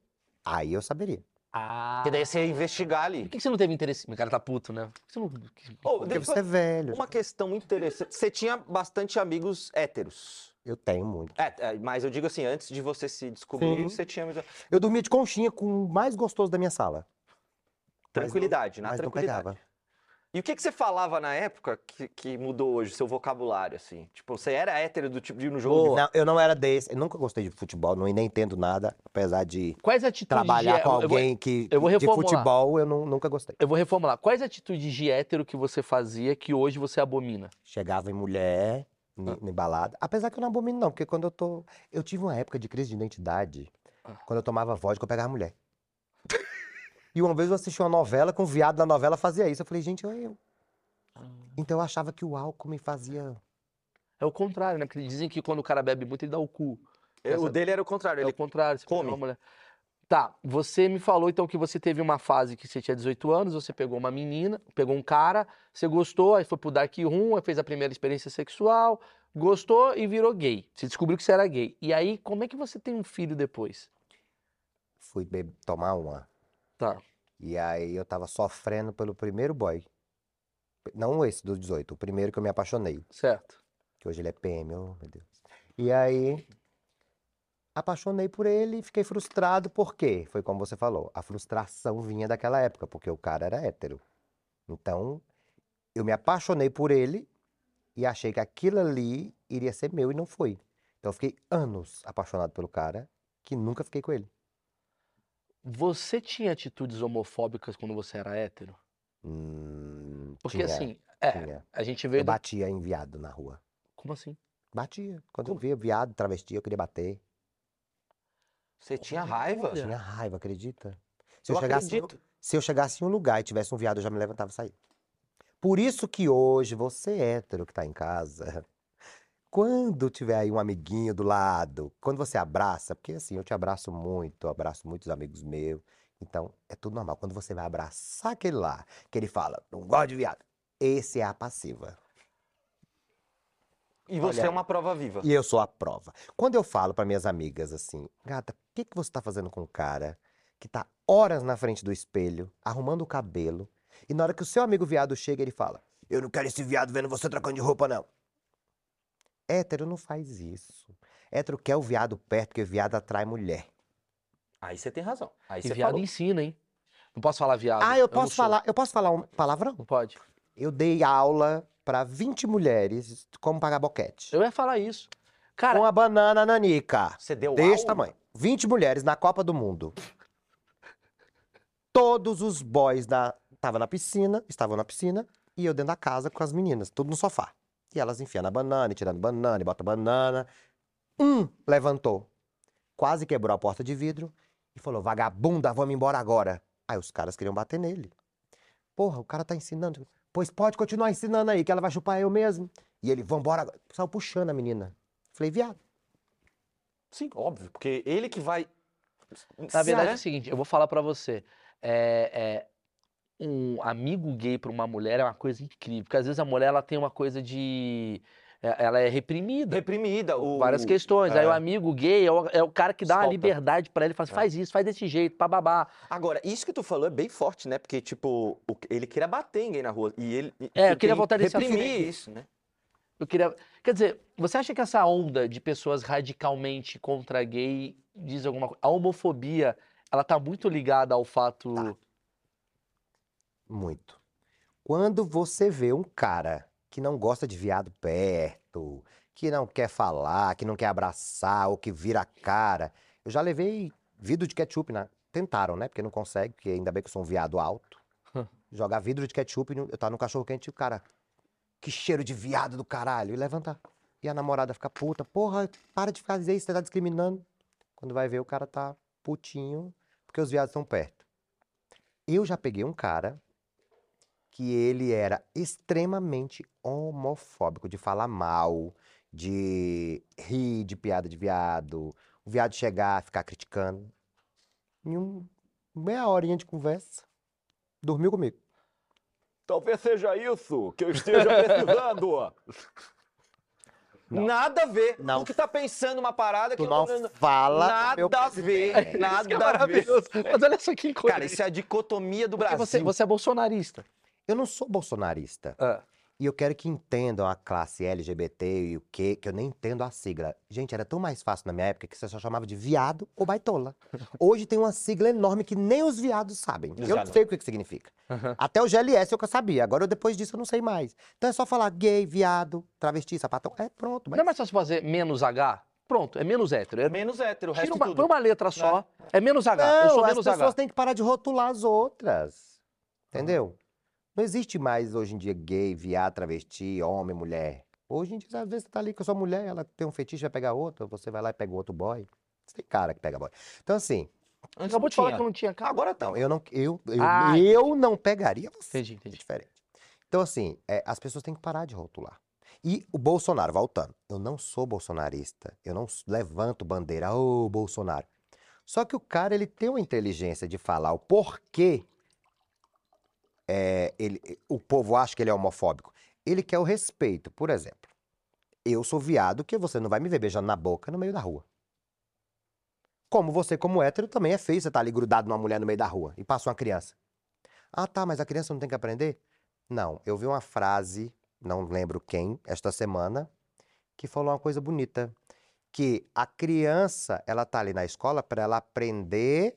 S3: aí eu saberia.
S1: Ah.
S2: Porque daí você ia investigar
S1: Por
S2: ali.
S1: que que você não teve interesse? Meu cara tá puto, né? Por que você não. que-
S2: Ô,
S1: que-
S2: deixa
S3: Porque
S2: eu
S3: você é velho.
S2: Uma questão muito interessante. Você tinha bastante amigos héteros.
S3: Eu tenho muito.
S2: É, é, mas eu digo assim, antes de você se descobrir,
S3: Sim.
S2: você tinha amigos-
S3: Eu dormia de conchinha com o mais gostoso da minha sala.
S2: tranquilidade, na
S3: mas não
S2: tranquilidade.
S3: pegava.
S2: E o que, que você falava na época que, que mudou hoje, seu vocabulário, assim? Tipo, você era hétero do tipo de ir no jogo? de-
S3: Não, eu não era desse. Eu nunca gostei de futebol, não, nem entendo nada. Apesar de
S1: Quais atitudes.
S3: trabalhar
S1: de-
S3: com
S1: é, eu- eu vou-
S3: alguém que
S1: eu vou
S3: de
S1: reformular.
S3: futebol, eu nu- nunca gostei.
S1: Eu vou reformular. Quais atitudes de hétero que você fazia que hoje você abomina?
S3: Chegava em mulher, em balada. Apesar que eu não abomino, não, porque quando eu tô. Eu tive uma época de crise de identidade Quando eu tomava vodka, eu pegava mulher. E uma vez eu assisti uma novela com um viado da novela fazia isso. Eu falei, gente, eu é eu. Então eu achava que o álcool me fazia.
S1: É o contrário, né? Porque dizem que quando o cara bebe muito, ele dá o cu.
S2: Eu-
S1: Essa-
S2: O dele era o contrário.
S1: É o
S2: Ele...
S1: contrário, você
S2: come.
S1: pegou uma mulher. Tá, você me falou então que você teve uma fase que você tinha 18 anos, você pegou uma menina, pegou um cara, você gostou, aí foi pro Dark Room, aí fez a primeira experiência sexual, gostou e virou gay. Você descobriu que você era gay. E aí, como é que você tem um filho depois?
S3: Fui be- tomar uma.
S1: Tá.
S3: E aí eu tava sofrendo pelo primeiro boy. Não esse do 18, o primeiro que eu me apaixonei.
S1: Certo.
S3: Que hoje ele é PM, oh, meu Deus. E aí, apaixonei por ele e fiquei frustrado, porque foi como você falou, a frustração vinha daquela época, porque o cara era hétero. Então, eu me apaixonei por ele e achei que aquilo ali iria ser meu e não foi. Então, eu fiquei anos apaixonado pelo cara que nunca fiquei com ele.
S1: Você tinha atitudes homofóbicas quando você era hétero?
S3: Hum,
S1: Porque
S3: tinha,
S1: assim, é,
S3: tinha.
S1: a gente
S3: Eu
S1: veio. do-
S3: batia em viado na rua.
S1: Como assim?
S3: Batia. Quando eu
S1: Como?
S3: via viado, travesti, eu queria bater.
S2: Você tinha raiva?
S1: Olha.
S3: Tinha raiva, acredita? Se
S2: Eu
S3: eu chegasse,
S2: acredito.
S3: Se eu chegasse em um lugar e tivesse um viado, eu já me levantava e saía. Por isso que hoje, você hétero que tá em casa, quando tiver aí um amiguinho do lado, quando você abraça, porque assim, eu te abraço muito, eu abraço muitos amigos meus, então é tudo normal. Quando você vai abraçar aquele lá, que ele fala, não gosto de viado, esse é a passiva.
S2: E você
S3: Olha.
S2: é uma prova viva.
S3: E eu sou a prova. Quando eu falo para minhas amigas assim, gata, o que, que você tá fazendo com o cara que tá horas na frente do espelho, arrumando o cabelo, e na hora que o seu amigo viado chega, ele fala: Eu não quero esse viado vendo você trocando de roupa, não. Hétero não faz isso. Hétero quer o viado perto, porque o viado atrai mulher.
S2: Aí você tem razão. Aí
S1: E
S2: você
S1: viado
S2: falou.
S1: ensina, hein? Não posso falar viado.
S3: Ah, eu
S1: não
S3: posso
S1: sou.
S3: falar, eu posso falar um palavrão?
S1: Não pode.
S3: Eu dei aula para 20 mulheres como pagar boquete.
S1: Eu ia falar isso. Cara,
S3: Com a banana nanica.
S2: Você deu
S3: Desse
S2: aula?
S3: tamanho. 20 mulheres na Copa do Mundo. Todos os boys da tava na piscina, estavam na piscina, e eu dentro da casa com as meninas, tudo no sofá. E elas enfiando a banana, e tirando banana, e bota banana. Um levantou, quase quebrou a porta de vidro e falou: "Vagabunda, vamos embora agora". Aí os caras queriam bater nele. Porra, o cara tá ensinando. Pois pode continuar ensinando aí, que ela vai chupar eu mesmo. E ele, vambora agora. Saiu puxando a menina. Falei, viado.
S2: Sim, óbvio. Porque ele que vai.
S1: Na verdade é o
S2: Sim,
S1: seguinte, eu vou falar pra você. É, é, um amigo gay pra uma mulher é uma coisa incrível, porque às vezes a mulher ela tem uma coisa de é, ela é
S2: né?
S1: reprimida
S2: reprimida.
S1: por
S2: O...
S1: várias questões. Aí
S2: é.
S1: o amigo gay é o, é o cara que dá uma
S2: Solta.
S1: liberdade pra ele, fala, assim,
S2: É.
S1: faz isso, faz desse jeito, bababá.
S2: Agora, isso que tu falou é bem forte, né? Porque, tipo, o- ele queria bater em alguém na rua. E ele. e-
S1: É, eu
S2: e
S1: queria
S2: tem-
S1: voltar nesse assunto.
S2: reprimir isso, né?
S1: Eu queria, quer dizer, você acha que essa onda de pessoas radicalmente contra gay diz alguma coisa? A homofobia, ela tá muito ligada ao fato
S3: Muito. Quando você vê um cara que não gosta de viado perto, que não quer falar, que não quer abraçar, ou que vira a cara. Eu já levei vidro de ketchup na. Tentaram, né? Porque não consegue, porque ainda bem que eu sou um viado alto. Jogar vidro de ketchup, no- eu tava no cachorro quente e o cara. Que cheiro de viado do caralho! E levantar. E a namorada fica puta. Porra, para de fazer isso, você tá discriminando. Quando vai ver, o cara tá putinho, porque os viados estão perto. Eu já peguei um cara que ele era extremamente homofóbico, de falar mal, de rir de piada de viado, o viado chegar, ficar criticando. Em um, meia horinha de conversa, dormiu comigo.
S2: Talvez seja isso que eu esteja precisando.
S3: Não.
S2: Nada a ver.
S3: Não.
S2: Tu que tá pensando uma parada
S3: Tu
S2: que
S3: não
S2: eu tô...
S3: fala,
S2: Nada
S3: meu
S2: a ver.
S1: Isso que é
S2: Nada a ver.
S1: maravilhoso. Mas olha só que coisa.
S2: Cara, isso é a dicotomia do
S1: Porque
S2: Brasil.
S1: você, você é bolsonarista.
S3: Eu não sou bolsonarista.
S1: Ah.
S3: E eu quero que entendam a classe LGBT e o quê, que eu nem entendo a sigla. Gente, era tão mais fácil na minha época que você só chamava de viado ou baitola. Hoje tem uma sigla enorme que nem os viados sabem. Eu não
S2: Exato.
S3: sei o que, que significa. Até o GLS eu que sabia. Agora, eu, depois disso, eu não sei mais. Então é só falar gay, viado, travesti, sapatão. É pronto.
S1: Não é mais fácil fazer menos H? Pronto, é menos hétero. É...
S2: Menos hétero, o
S1: Tira
S2: resto
S1: uma,
S2: tudo.
S1: põe uma letra só. É menos H. eu
S3: Não,
S1: sou
S3: as
S1: menos
S3: pessoas
S1: H.
S3: têm que parar de rotular as outras. Entendeu? Não existe mais hoje em dia gay, viado, travesti, homem, mulher. Hoje em dia, às vezes, você tá ali com a sua mulher, ela tem um fetiche, vai pegar outro, você vai lá e pega outro boy. Você tem cara que pega boy. Então, assim,
S1: Antes
S2: Acabou
S1: Acabou
S2: de
S1: de
S2: falar
S1: tinha.
S2: que
S1: não tinha carro.
S2: Agora tá.
S3: não, eu não, eu, eu,
S1: Ah,
S3: eu não pegaria você.
S1: Entendi,
S3: É
S1: entendi.
S3: diferente. Então, assim, é, as pessoas têm que parar de rotular. E o Bolsonaro, voltando, eu não sou bolsonarista, eu não s- levanto bandeira, ô Bolsonaro. Só que o cara, ele tem uma inteligência de falar o porquê é, ele- o povo acha que ele é homofóbico. Ele quer o respeito, por exemplo. Eu sou viado que você não vai me ver beijando na boca no meio da rua. Como você, como hétero, também é feio você estar ali grudado numa mulher no meio da rua e passa uma criança. Ah, tá, mas a criança não tem que aprender? Não, eu vi uma frase, não lembro quem, esta semana, que falou uma coisa bonita, que a criança, ela tá ali na escola para ela aprender,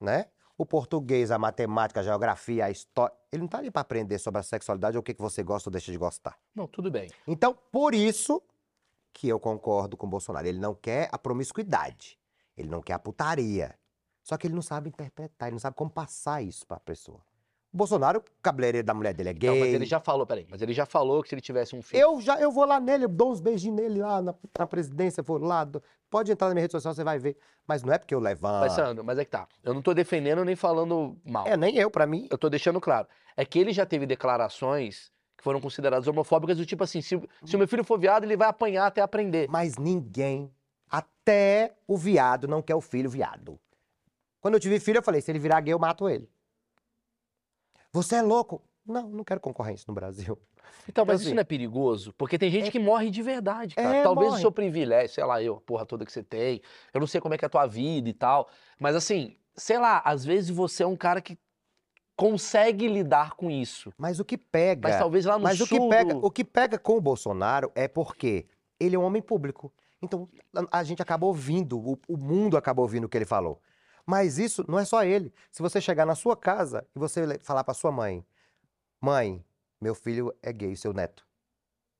S3: né? O português, a matemática, a geografia, a história. Ele não tá ali para aprender sobre a sexualidade ou o que que você gosta ou deixa de gostar.
S1: Não, tudo bem.
S3: Então, por isso que eu concordo com o Bolsonaro. Ele não quer a promiscuidade. Ele não quer a putaria. Só que ele não sabe interpretar, ele não sabe como passar isso pra pessoa. O Bolsonaro, o cabeleireiro da mulher dele é
S1: Não, mas
S3: gay.
S1: ele já falou, peraí. Mas ele já falou que se ele tivesse um filho.
S3: Eu já eu vou lá nele, eu dou uns beijinhos nele lá na, na presidência, vou lá. dou- Pode entrar na minha rede social, você vai ver. Mas não é porque eu
S1: Mas,
S3: levanto.
S1: Sandro, mas é que tá. Eu não tô defendendo nem falando mal.
S3: É, nem eu, pra mim.
S1: Eu tô deixando claro. É que ele já teve declarações que foram consideradas homofóbicas, do tipo assim: se, se o meu filho for viado, ele vai apanhar até aprender. Então,
S3: Mas ninguém, até o viado, não quer o filho viado. Quando eu tive filho, eu falei: se ele virar gay, eu mato ele. Você é louco? Não, não quero concorrência no Brasil.
S1: Então, mas
S3: Então,
S1: isso
S3: assim,
S1: não é perigoso? Porque tem gente
S3: é-
S1: que morre de verdade, cara.
S3: É,
S1: Talvez o
S3: morre.
S1: seu privilégio, sei lá, eu, a porra toda que você tem, eu não sei como é que é a tua vida e tal. Mas assim, sei lá, às vezes você é um cara que consegue lidar com isso.
S3: Mas o que pega.
S1: Mas tá talvez lá no
S3: É. Mas o
S1: sul
S3: que, pega,
S1: do-
S3: o que pega com o Bolsonaro é porque ele é um homem público. Então, a, a gente acaba ouvindo, o, o mundo acaba ouvindo o que ele falou. Mas isso não é só ele. Se você chegar na sua casa e você le- falar pra sua mãe: Mãe, meu filho é gay, seu neto.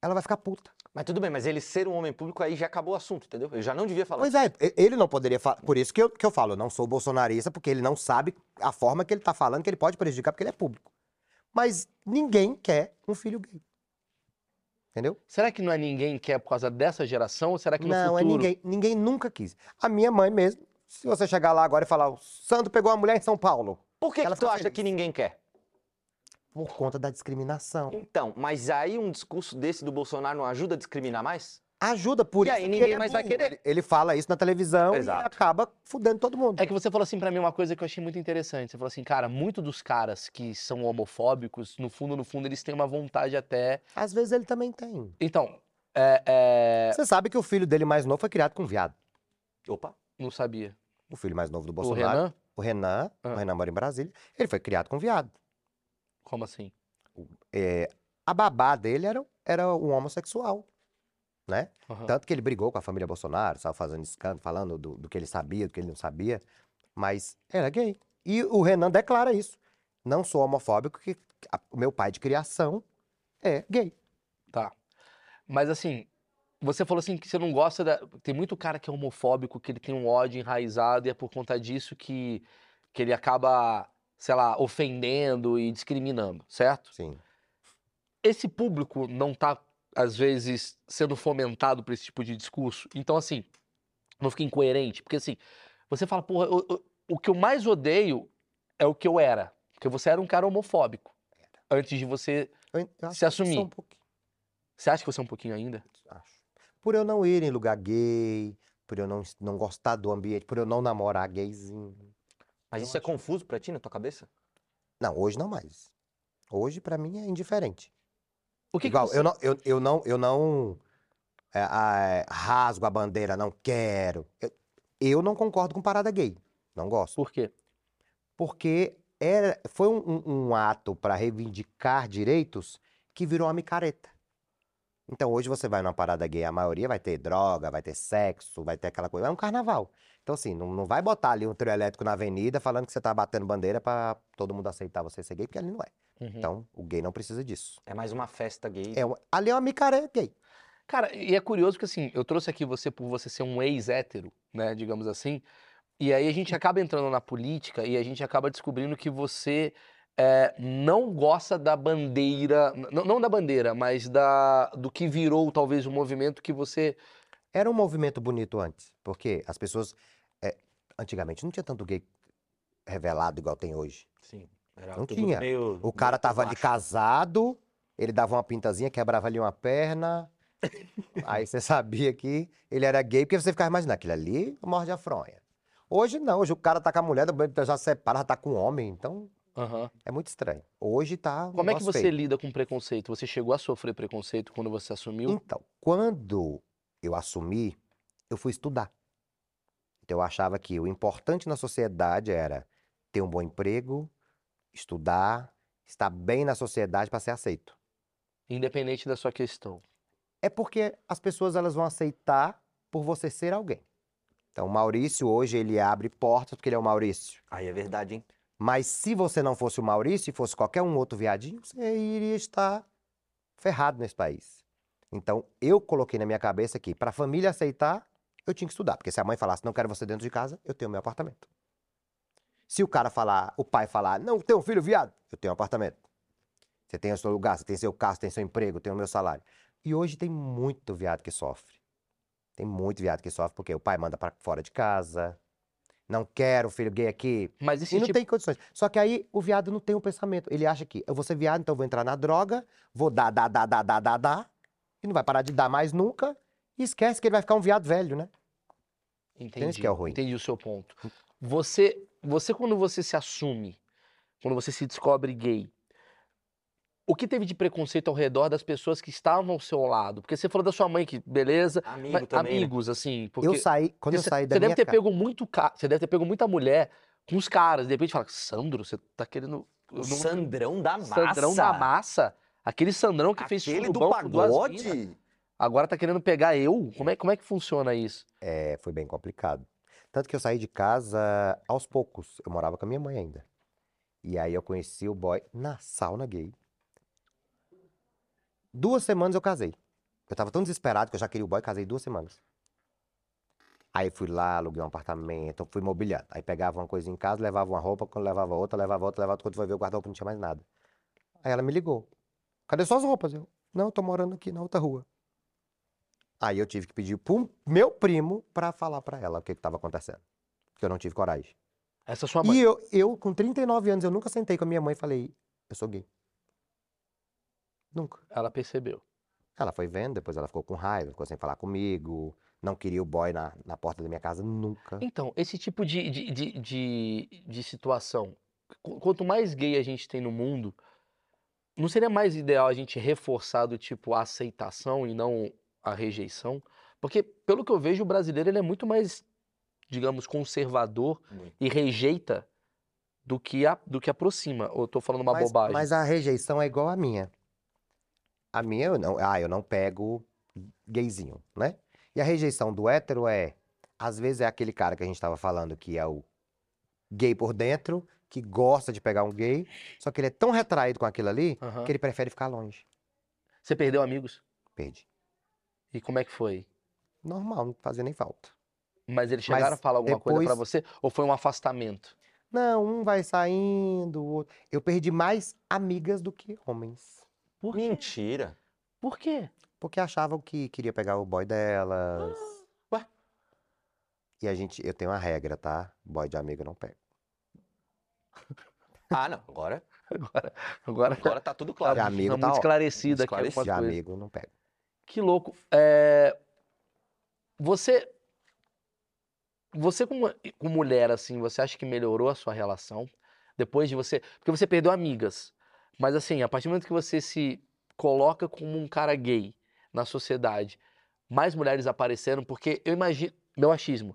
S3: Ela vai ficar puta.
S2: Mas tudo bem, mas ele ser um homem público aí já acabou o assunto, entendeu? Eu já não devia falar.
S3: Pois é, e- ele não poderia falar. Por isso que eu, que eu falo, eu não sou bolsonarista, porque ele não sabe a forma que ele tá falando, que ele pode prejudicar, porque ele é público. Mas ninguém quer um filho gay. Entendeu?
S1: Será que não é ninguém que é por causa dessa geração? Ou será que no
S3: Não, é
S1: futuro...
S3: ninguém. Ninguém nunca quis. A minha mãe mesmo, se você chegar lá agora e falar, o Sandro pegou uma mulher em São Paulo,
S2: Por que,
S3: Ela
S2: que tu
S1: tá
S3: fica
S2: acha
S3: feliz.
S2: que ninguém quer?
S3: por conta da discriminação.
S2: Então, mas aí um discurso desse do Bolsonaro não ajuda a discriminar mais?
S3: Ajuda por
S2: E
S3: isso.
S2: aí
S3: que
S2: ninguém
S3: ele é
S2: mais vai
S3: burro.
S2: querer.
S3: Ele- Ele fala isso na televisão
S2: Exato.
S3: e acaba fudendo todo mundo.
S1: É que você falou assim pra mim uma coisa que eu achei muito interessante. Você falou assim, cara, muito dos caras que são homofóbicos, no fundo, no fundo, eles têm uma vontade até...
S3: Às vezes ele também tem.
S1: Então, é... é...
S3: Você sabe que o filho dele mais novo foi criado com um viado.
S2: Opa.
S1: Não sabia.
S3: O filho mais novo do
S1: O
S3: Bolsonaro.
S1: Renan?
S3: O Renan,
S1: Ah.
S3: o Renan mora em Brasília, ele foi criado com viado.
S1: Como assim?
S3: É, a babá dele era, era um homossexual, né?
S1: Aham.
S3: Tanto que ele brigou com a família Bolsonaro, estava fazendo escândalo, falando do, do que ele sabia, do que ele não sabia, mas era gay. E o Renan declara isso. Não sou homofóbico, que a- o meu pai de criação é gay.
S1: Tá. Mas assim, você falou assim que você não gosta da. Tem muito cara que é homofóbico, que ele tem um ódio enraizado, e é por conta disso que, que ele acaba, sei lá, ofendendo e discriminando, certo?
S3: Sim.
S1: Esse público não tá, às vezes, sendo fomentado por esse tipo de discurso. Então, assim, não fica incoerente. Porque assim, você fala, porra, eu- eu- o que eu mais odeio é o que eu era. Porque você era um cara homofóbico. Antes de você.
S3: Eu, en- eu acho
S1: Se
S3: que sou
S1: assumir.
S3: um pouquinho,
S1: Você acha que você é um pouquinho ainda?
S3: acho. Por eu não ir em lugar gay, por eu não, es- não gostar do ambiente, por eu não namorar gayzinho.
S2: Mas
S3: Eu
S2: isso é
S3: acho.
S2: confuso pra ti, na tua cabeça?
S3: Não, hoje não mais. Hoje, pra mim, é indiferente.
S1: O que que
S3: Igual,
S1: você-
S3: eu não, eu, eu não, eu não é, ah, é, rasgo a bandeira, não quero. Eu, eu não concordo com parada gay. Não gosto.
S1: Por quê?
S3: Porque era, foi um, um- um ato para reivindicar direitos que virou uma micareta. Então hoje você vai numa parada gay, a maioria vai ter droga, vai ter sexo, vai ter aquela coisa. É um carnaval. Então, assim, não, não vai botar ali um trio elétrico na avenida falando que você tá batendo bandeira pra todo mundo aceitar você ser gay, porque ali não é.
S1: Uhum.
S3: Então, o gay não precisa disso.
S2: É mais uma festa gay.
S3: É um- ali é uma micareta gay.
S1: Cara, e é curioso que assim, eu trouxe aqui você por você ser um ex-hétero, né, digamos assim, e aí a
S3: Uhum.
S1: gente acaba entrando na política e a gente acaba descobrindo que você é, não gosta da bandeira, n- não da bandeira, mas da, do que virou talvez o movimento que você
S3: Era um movimento bonito antes, porque as pessoas. é, antigamente não tinha tanto gay revelado igual tem hoje.
S2: Sim. Era
S3: Não
S2: tudo
S3: tinha.
S2: meio-
S3: O cara
S2: meio
S3: tava ali
S2: baixo.
S3: casado, ele dava uma pintazinha, quebrava ali uma perna. aí você sabia que ele era gay, porque você ficava imaginando, aquele ali morde a fronha. Hoje não, hoje o cara tá com a mulher, já separa, já tá com o homem, então
S1: Aham.
S3: é muito estranho. Hoje tá. um
S1: Como é que
S3: negócio
S1: você
S3: feio.
S1: lida com preconceito? Você chegou a sofrer preconceito quando você assumiu?
S3: Então, quando eu assumi, eu fui estudar. Então, eu achava que o importante na sociedade era ter um bom emprego, estudar, estar bem na sociedade para ser aceito.
S1: Independente da sua questão.
S3: É porque as pessoas elas vão aceitar por você ser alguém. Então, o Maurício hoje ele abre portas porque ele é o Maurício.
S2: Aí é verdade, hein?
S3: Mas se você não fosse o Maurício e fosse qualquer um outro viadinho, você iria estar ferrado nesse país. Então, eu coloquei na minha cabeça que para a família aceitar, eu tinha que estudar. Porque se a mãe falasse, não quero você dentro de casa, eu tenho meu apartamento. Se o cara falar, o pai falar, não, tem um filho viado, eu tenho um apartamento. Você tem o seu lugar, você tem seu carro, você tem seu emprego, tem o meu salário. E hoje tem muito viado que sofre. Tem muito viado que sofre porque o pai manda para fora de casa. Não quero filho gay aqui,
S1: Mas esse
S3: e não
S1: tipo...
S3: tem condições. Só que aí o viado não tem um pensamento. Ele acha que eu vou ser viado, então eu vou entrar na droga, vou dar, dar, dar, dar, dar, dar, dar, e não vai parar de dar mais nunca. E esquece que ele vai ficar um viado velho, né?
S1: Entendi.
S3: que é o ruim.
S1: Entendi o seu ponto. Você, você, quando você se assume, quando você se descobre gay, o que teve de preconceito ao redor das pessoas que estavam ao seu lado? Porque você falou da sua mãe, que beleza.
S2: Amigo
S1: mas
S2: também. né?
S1: amigos, assim. Porque
S3: Eu saí, quando eu
S1: você,
S3: saí da
S1: você
S3: minha
S1: deve ter
S3: ca-
S1: pego muito ca... Você deve ter pego muita mulher com os caras. De repente fala, Sandro, você tá querendo. eu
S2: O
S1: não-
S2: Sandrão da massa.
S1: Sandrão da massa? Aquele Sandrão que fez
S2: Aquele do
S1: surubão com duas minas,
S2: pagode.
S1: Agora tá querendo pegar eu? Como é, como é que funciona isso?
S3: É, foi bem complicado. Tanto que eu saí de casa aos poucos. Eu morava com a minha mãe ainda. E aí eu conheci o boy na sauna gay. Duas semanas eu casei. Eu tava tão desesperado que eu já queria o boy, casei duas semanas. Aí fui lá, aluguei um apartamento, fui mobiliando. Aí pegava uma coisa em casa, levava uma roupa, quando levava outra, levava outra, levava outra. Quando foi ver o guarda-roupa, não tinha mais nada. Aí ela me ligou. Cadê suas roupas? Eu, não, eu tô morando aqui na outra rua. Aí eu tive que pedir pro meu primo pra falar pra ela o que que tava acontecendo. Porque eu não tive coragem.
S1: Essa sua
S3: E
S1: mãe.
S3: eu, eu, com 39 anos, eu nunca sentei com a minha mãe e falei, eu sou gay. Nunca.
S1: Ela percebeu.
S3: Ela foi vendo, depois ela ficou com raiva, ficou sem falar comigo, não queria o boy na, na porta da minha casa, nunca.
S1: Então, esse tipo de, de, de, de, de situação, qu- quanto mais gay a gente tem no mundo, não seria mais ideal a gente reforçar do tipo a aceitação e não a rejeição? Porque, pelo que eu vejo, o brasileiro ele é muito mais, digamos, conservador
S2: Muito.
S1: e rejeita do que, a, do que aproxima. Ou eu tô falando uma
S3: mas,
S1: bobagem.
S3: mas a rejeição é igual a minha. A minha, eu não, ah, eu não pego gayzinho, né? E a rejeição do hétero é, às vezes é aquele cara que a gente tava falando que é o gay por dentro, que gosta de pegar um gay, só que ele é tão retraído com aquilo ali
S1: Aham.
S3: que ele prefere ficar longe.
S1: Você perdeu amigos?
S3: Perdi.
S1: E como é que foi?
S3: Normal, não fazia nem falta.
S1: Mas eles chegaram
S3: Mas
S1: a falar alguma coisa pra
S3: depois-
S1: você? Ou foi um afastamento?
S3: Não, um vai saindo, o outro. Eu perdi mais amigas do que homens.
S1: Por quê?
S2: Mentira.
S1: Por quê?
S3: Porque achavam que queria pegar o boy delas.
S2: ué.
S3: E a gente, eu tenho uma regra, tá? Boy de amigo eu não pego.
S2: Ah, não. Agora,
S1: Agora, agora,
S2: agora tá tudo
S1: Tá
S2: claro.
S3: De amigo
S1: tá
S3: tá
S1: muito
S3: ó-
S1: esclarecida aqui algumas
S2: esclarecido,
S3: De
S1: coisas.
S3: amigo eu não pego.
S1: Que louco. É, Você... Você como, como mulher, assim, você acha que melhorou a sua relação? Depois de você... Porque você perdeu amigas. Mas assim, a partir do momento que você se coloca como um cara gay na sociedade, mais mulheres apareceram, porque eu imagino... Meu achismo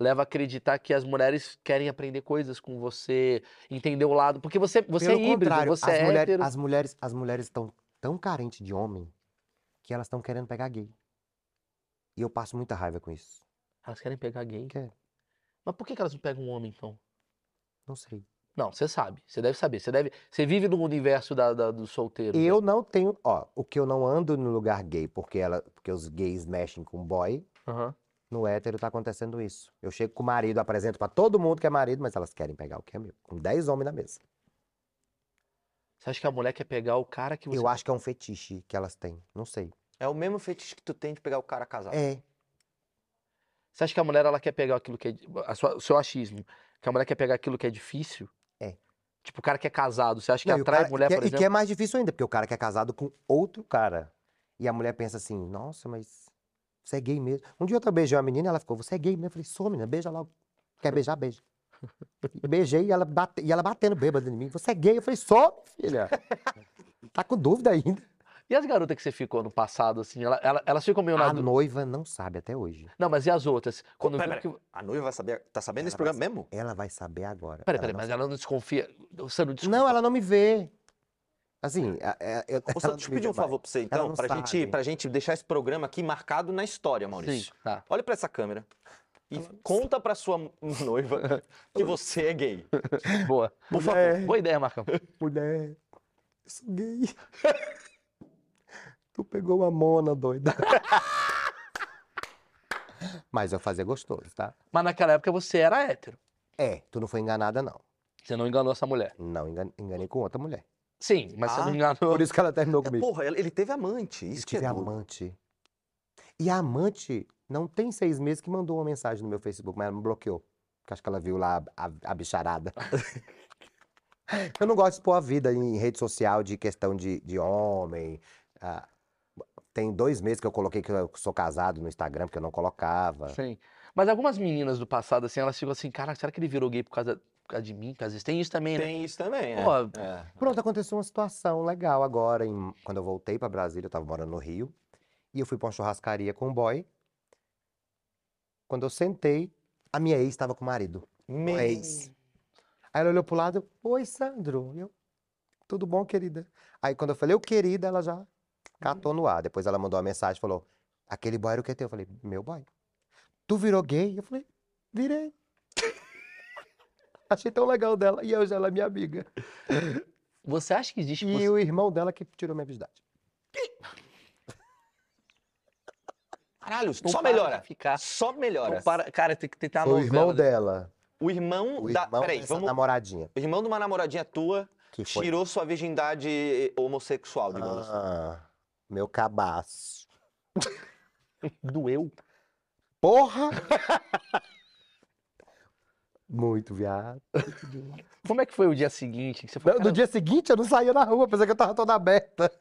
S1: leva a acreditar que as mulheres querem aprender coisas com você, entender o lado... Porque você, você
S3: Pelo
S1: é híbrido,
S3: contrário,
S1: você
S3: as,
S1: é
S3: mulher-
S1: hétero.
S3: as mulheres, as mulheres estão tão carentes de homem que elas estão querendo pegar gay. E eu passo muita raiva com isso.
S1: Elas querem pegar gay.
S3: Quer?
S1: Mas por que que elas não pegam um homem, então?
S3: Não sei.
S1: Não, você sabe. Você deve saber. Você deve. Você vive no universo da, da- né? do solteiro.
S3: Eu não tenho, ó, o que eu não ando no lugar gay porque ela, porque os gays mexem com boy,
S1: Aham.
S3: no hétero tá acontecendo isso. Eu chego com o marido, apresento pra todo mundo que é marido, mas elas querem pegar o que é meu, com 10 homens na mesa.
S1: Você acha que a mulher quer pegar o cara que você.
S3: Eu acho que é um fetiche que elas têm, não sei.
S1: Tá.
S2: É o mesmo fetiche que tu tem de pegar o cara casado.
S3: É.
S1: Você acha que a mulher ela quer pegar aquilo que é. a sua- o seu achismo. Que a mulher quer pegar aquilo que é difícil?
S3: É.
S1: Tipo, o cara que é casado, você acha que
S3: Não, e o
S1: atrai
S3: cara-
S1: mulher,
S3: que é-
S1: por
S3: E que
S1: exemplo?
S3: é mais difícil ainda, porque o cara que é casado com outro cara. E a mulher pensa assim, nossa, mas você é gay mesmo. Um dia eu tava beijando uma menina, ela ficou, você é gay mesmo? Eu falei, sou, menina, beija logo. Quer beijar? Beija. E Beijei e ela, bate, e ela batendo bêbada em mim. Você é gay? Eu falei, sou, minha filha. tá com dúvida ainda.
S1: E as garotas que você ficou no passado, assim, ela, ela, elas ficam meio na
S3: A
S1: dú-
S3: noiva Ah, não sabe até hoje.
S1: Não, mas e as outras? Quando
S2: pera,
S1: viu que...
S2: A noiva vai saber. Tá sabendo desse
S3: Ela vai
S2: programa mesmo?
S3: Ela vai saber agora.
S1: Peraí,
S3: Ela
S1: peraí,
S3: não
S1: mas ela não desconfia. Você não desconfia.
S3: Não, ela não me vê. Assim, a- a- eu-
S2: Ô,
S3: ela
S2: Sandro, deixa
S3: não
S2: eu
S3: me
S2: pedir
S3: vê
S2: um
S3: mais.
S2: favor pra você, então,
S3: não
S2: pra gente,
S3: sabe.
S2: pra gente deixar esse programa aqui marcado na história, Maurício.
S1: Sim, tá.
S2: Olha pra essa câmera e conta pra sua noiva que você é gay.
S1: Boa.
S2: Por favor.
S3: Mulher,
S1: Boa ideia, Marcão.
S3: Mulher, eu sou gay. tu pegou uma mona, doida. Mas eu fazia gostoso, tá?
S1: Mas naquela época você era hétero.
S3: É, tu não foi enganada, não.
S1: Você não enganou essa mulher.
S3: Não, engan- enganei com outra mulher.
S1: Sim, mas você
S2: Ah.
S1: não enganou.
S3: Por isso que ela terminou
S2: É,
S3: comigo.
S2: porra, ele ele teve amante. Isso
S3: Eu
S2: que é
S3: tive
S2: duro.
S3: amante. E a amante não tem seis meses que mandou uma mensagem no meu Facebook, mas ela me bloqueou. Porque acho que ela viu lá a, a- a bicharada. Eu não gosto de expor a vida em rede social de questão de, de homem. Ah, tem dois meses que eu coloquei que eu sou casado no Instagram, porque eu não colocava.
S1: Sim. Mas algumas meninas do passado, assim, elas ficam assim, cara, será que ele virou gay por causa, por causa de mim? Porque às vezes tem isso também, né?
S2: Tem isso também, é.
S1: Pô,
S2: É.
S3: Pronto, aconteceu uma situação legal agora. em- Quando eu voltei pra Brasília, eu tava morando no Rio. E eu fui pra uma churrascaria com um boy. Quando eu sentei, a minha ex estava com o marido. é
S2: Meu-
S3: ex. Aí ela olhou pro lado, oi, Sandro. Eu, tudo bom, querida? Aí quando eu falei, ô, querida, ela já catou no ar. Depois ela mandou uma mensagem, falou, aquele boy era o que é teu? Eu falei, meu boy. Tu virou gay? Eu falei, virei. Achei tão legal dela. E hoje ela é minha amiga.
S1: Você acha que existe.
S3: E
S1: possi-
S3: o irmão dela que tirou minha virgindade.
S2: Caralho,
S1: Não
S2: só
S1: para
S2: melhora. tá?
S1: de Ficar.
S2: Só melhora.
S1: Não para... Cara, tem que tentar
S3: Foi o irmão
S1: novela. né?
S3: dela.
S2: O irmão,
S3: O
S2: da.
S3: irmão
S2: Peraí,
S3: dessa
S2: vamos.
S3: namoradinha.
S2: O irmão de uma namoradinha tua
S3: Que foi.
S2: tirou sua virgindade homossexual, digamos assim.
S3: Ah, meu cabaço.
S1: Doeu.
S3: Porra! Muito viado.
S1: Como é que foi o dia seguinte? Que você
S3: No,
S1: falou, cara,
S3: dia seguinte eu não saía na rua, pensei que eu tava toda aberta.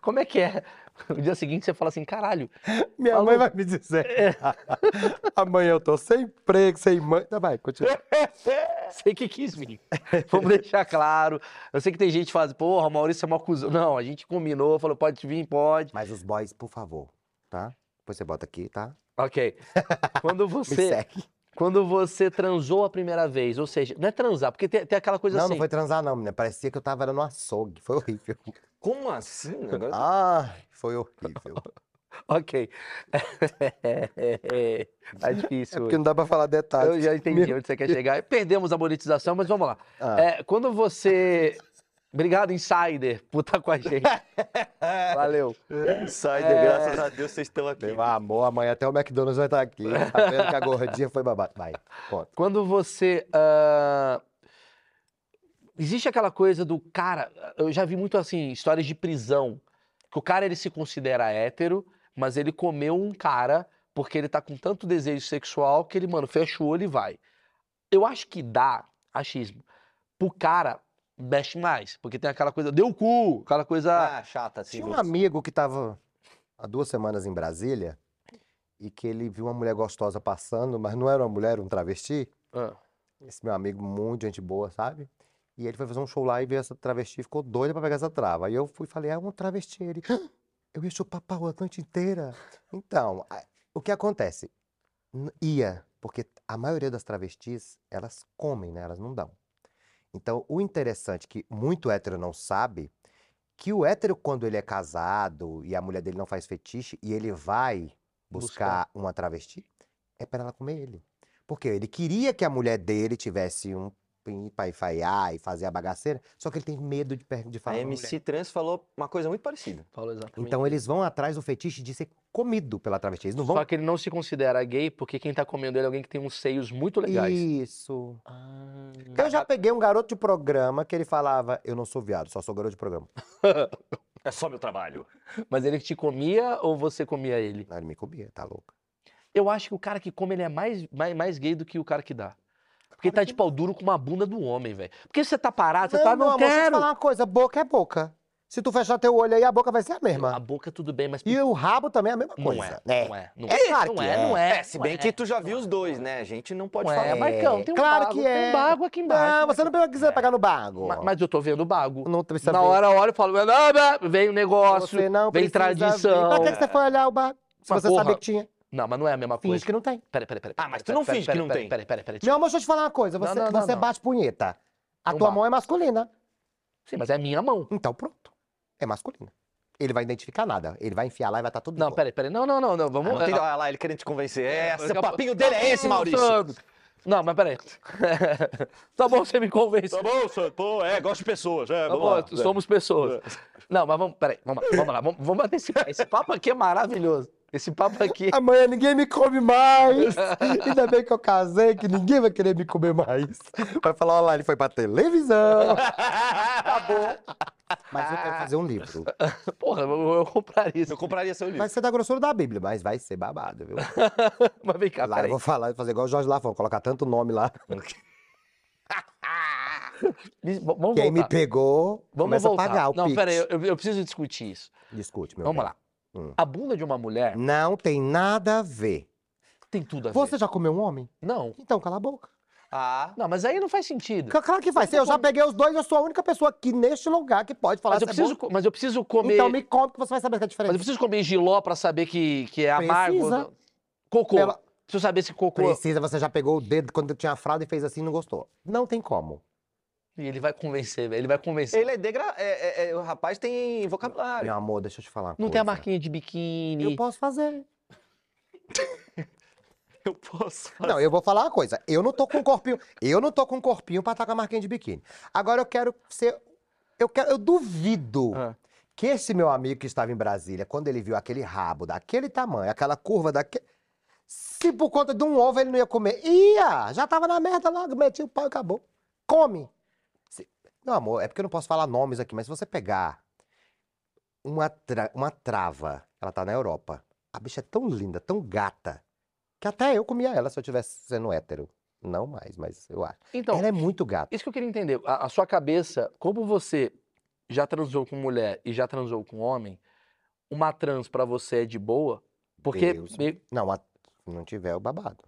S1: como é que é? O dia seguinte você fala assim, caralho,
S3: Minha
S1: Falou.
S3: mãe vai me dizer. Amanhã eu tô sem emprego, sem mãe. Tá, vai, continua.
S1: sei que quis, menino. Vamos deixar claro. Eu sei que tem gente que fala, assim, porra, o Maurício é uma cuzão. Não, a gente combinou, falou, pode vir, pode.
S3: Mas os boys, por favor, tá? Depois você bota aqui, tá?
S1: Ok. Quando
S3: Me
S1: você,
S3: segue.
S1: quando você transou a primeira vez, ou seja, não é transar, porque tem, tem aquela coisa
S3: Não,
S1: assim.
S3: não foi transar, não, menina. Parecia que eu tava era no açougue. Foi horrível.
S2: Como assim? Agora
S3: Ah, foi horrível.
S1: Ok. tá difícil.
S3: É Porque não dá pra falar detalhes.
S1: Eu já entendi onde você quer chegar. Perdemos a monetização, mas vamos lá.
S3: Ah,
S1: É, quando você. Obrigado, Insider, por estar com a gente. Valeu.
S3: Ah.
S2: Insider,
S1: É.
S2: graças a Deus vocês estão aqui.
S3: Meu amor, amanhã até o McDonald's vai estar aqui. Tá vendo que a gordinha foi babada. Vai, conta.
S1: Quando você. ah, Existe aquela coisa do cara. Eu já vi muito assim, histórias de prisão. Que o cara ele se considera hétero, mas ele comeu um cara porque ele tá com tanto desejo sexual que ele, mano, fecha o olho e vai. Eu acho que dá, achismo, pro cara mexe mais. Porque tem aquela coisa, deu o cu, aquela coisa.
S2: Ah, chata assim.
S3: Tinha um
S2: você.
S3: amigo que estava há duas semanas em Brasília e que ele viu uma mulher gostosa passando, mas não era uma mulher, era um travesti.
S1: Ah.
S3: Esse meu amigo, muito gente boa, sabe? E ele foi fazer um show lá e veio essa travesti, ficou doida pra pegar essa trava. Aí eu fui e falei, é um travesti. Ele, "Ah, eu ia chupar pau a noite inteira. Então, a- o que acontece? N- Ia, porque a maioria das travestis, elas comem, né? Elas não dão. Então, o interessante que muito hétero não sabe, que o hétero, quando ele é casado e a mulher dele não faz fetiche, e ele vai
S1: Buscar.
S3: buscar, uma travesti, é para ela comer ele. Porque ele queria que a mulher dele tivesse um pin para enfaiar e fazer a bagaceira, só que ele tem medo de, per- de falar
S2: A
S3: com a mulher.
S2: MC Trans falou uma coisa muito parecida.
S1: Falou exatamente.
S3: Então, eles vão atrás do fetiche de ser comido pela travesti. Eles não vão...
S1: Só que ele não se considera gay porque quem tá comendo ele é alguém que tem uns seios muito legais.
S3: Isso.
S1: Ah.
S3: Eu já peguei um garoto de programa que ele falava, eu não sou viado, só sou garoto de programa.
S2: É só meu trabalho.
S1: Mas ele te comia ou você comia ele?
S3: Não, ele me comia, tá louco.
S1: Eu acho que o cara que come, ele é mais, mais, mais gay do que o cara que dá. Porque ele tá de pau duro com uma bunda do homem, velho. Porque você tá parado, você tá, não,
S3: amor, deixa eu te
S1: quero.
S3: falar uma coisa, boca é boca. Se tu fechar teu olho aí, a boca vai ser a
S1: A
S3: mesma.
S1: boca é tudo bem, mas...
S3: E o rabo também é a mesma
S1: não,
S3: coisa.
S1: é,
S3: né?
S1: não é, não
S3: É
S1: é.
S3: claro
S1: não
S3: que
S1: é,
S3: é.
S1: não é.
S2: É, se bem
S1: não
S2: que
S1: é.
S2: tu já viu os dois, né? A gente não pode
S1: Não
S2: falar.
S1: é, Marcão, tem um
S3: Claro
S1: bago,
S3: que
S1: tem
S3: é.
S1: um bago aqui embaixo.
S3: Não, você não precisa pegar no bago.
S1: É. Ma- Mas eu tô vendo o bago.
S3: não precisa
S1: Na
S3: ver.
S1: hora, eu olho e falo, "Não, não, vem o negócio,
S3: Você não
S1: vem
S3: precisa
S1: tradição.
S3: ver. é Pra que que você foi olhar o bago? Se
S1: Mas
S3: você
S1: porra,
S3: sabia que tinha,
S1: Não, mas não é a mesma
S3: finge
S1: coisa.
S3: que não tem.
S1: Peraí, peraí, peraí.
S2: Ah,
S1: peraí,
S2: mas tu
S1: peraí,
S2: não
S1: peraí,
S2: finge que não
S1: peraí,
S2: tem.
S1: Peraí, peraí, peraí.
S3: Meu
S1: desculpa.
S3: amor, deixa eu te falar uma coisa. Você,
S1: Não, não, não,
S3: você
S1: não.
S3: bate punheta. A
S1: Não
S3: tua
S1: bato.
S3: mão é masculina.
S1: Sim, mas é a minha mão.
S3: Então pronto. É masculina. Ele vai identificar nada. Ele vai enfiar lá e vai estar tudo de
S1: Não,
S3: boa.
S1: peraí, peraí. Não, não, não, não.
S2: Ah,
S1: Vamos.
S2: não tem-
S1: é,
S2: Olha lá, ele querendo te convencer. É,
S1: daqui
S2: esse
S1: a pouco-
S2: papinho dele é esse,
S1: Tá
S2: Maurício.
S1: pensando. Não, mas peraí. tá bom, você me convence. Tá
S2: bom, senhor. Pô, é, gosto de pessoas. É,
S1: bom, somos pessoas.
S3: É.
S1: Não, mas vamos, peraí, vamos lá, vamos lá, vamos, vamos antecipar. Esse papo aqui é maravilhoso. Esse papo aqui.
S3: Amanhã ninguém me come mais. Ainda bem que eu casei, que ninguém vai querer me comer mais. Vai falar, olha lá, ele foi pra televisão.
S1: Tá
S3: Mas eu quero fazer um livro.
S1: Porra, eu, eu compraria isso.
S2: Eu compraria seu livro.
S3: Vai ser da grossura da Bíblia, mas vai ser babado, viu?
S1: Mas vem cá,
S3: Lá eu
S1: Ah, peraí.
S3: vou falar, fazer igual o Jorge Lafon, colocar tanto nome lá.
S1: Me- Vamos
S3: Quem me
S1: voltar.
S3: pegou,
S1: Vamos
S3: começa
S1: voltar.
S3: a pagar o
S1: Não,
S3: pix.
S1: peraí, eu, eu preciso discutir isso.
S3: Discute, meu
S1: Vamos
S3: bem.
S1: lá.
S3: Hum.
S1: A bunda de uma mulher
S3: Não tem nada a ver.
S1: tem tudo a ver.
S3: Você já comeu um homem?
S1: Não.
S3: Então cala a boca.
S2: Ah,
S1: Não, mas aí não faz sentido.
S3: C- Claro que vai ser. Eu já peguei os dois, eu sou a única pessoa aqui neste lugar que pode falar
S1: Mas eu,
S3: se é bom.
S1: preciso, co- mas eu preciso comer.
S3: Então me conta que você vai saber
S1: Mas
S3: que é
S1: eu
S3: diferente.
S1: preciso comer giló pra saber que, que é amargo. ou
S3: Precisa.
S1: não? Cocô.
S3: Pela-
S1: Preciso saber se cocô.
S3: Precisa, você já pegou o dedo quando tinha a fralda e fez assim e não gostou. Não tem como.
S1: E ele vai convencer, velho. Ele vai convencer.
S2: ele é degra... é, é, é, O rapaz tem vocabulário.
S3: Meu amor, deixa eu te falar uma
S1: Não
S3: coisa.
S1: tem a marquinha de biquíni.
S3: Eu posso fazer.
S2: Eu posso fazer.
S3: Não, eu vou falar uma coisa. Eu não tô com um corpinho. Eu não tô com um corpinho pra estar com a marquinha de biquíni. Agora eu quero ser. Eu quero. Eu duvido
S1: Ah.
S3: que esse meu amigo que estava em Brasília, quando ele viu aquele rabo daquele tamanho, aquela curva daquele. Se por conta de um ovo ele não ia comer, ia! Já tava na merda lá, meti o pau e acabou. Come! Se- Não, amor, é porque eu não posso falar nomes aqui, mas se você pegar uma, tra- uma trava, ela tá na Europa. A bicha é tão linda, tão gata, que até eu comia ela se eu tivesse sendo hétero. Não mais, mas eu acho.
S1: Então,
S3: ela é muito gata.
S1: isso que eu queria entender. A, a sua cabeça, como você já transou com mulher e já transou com homem, uma trans pra você é de boa? Porque.
S3: Deus.
S1: meio-
S3: Não, a- se não tiver é o babado.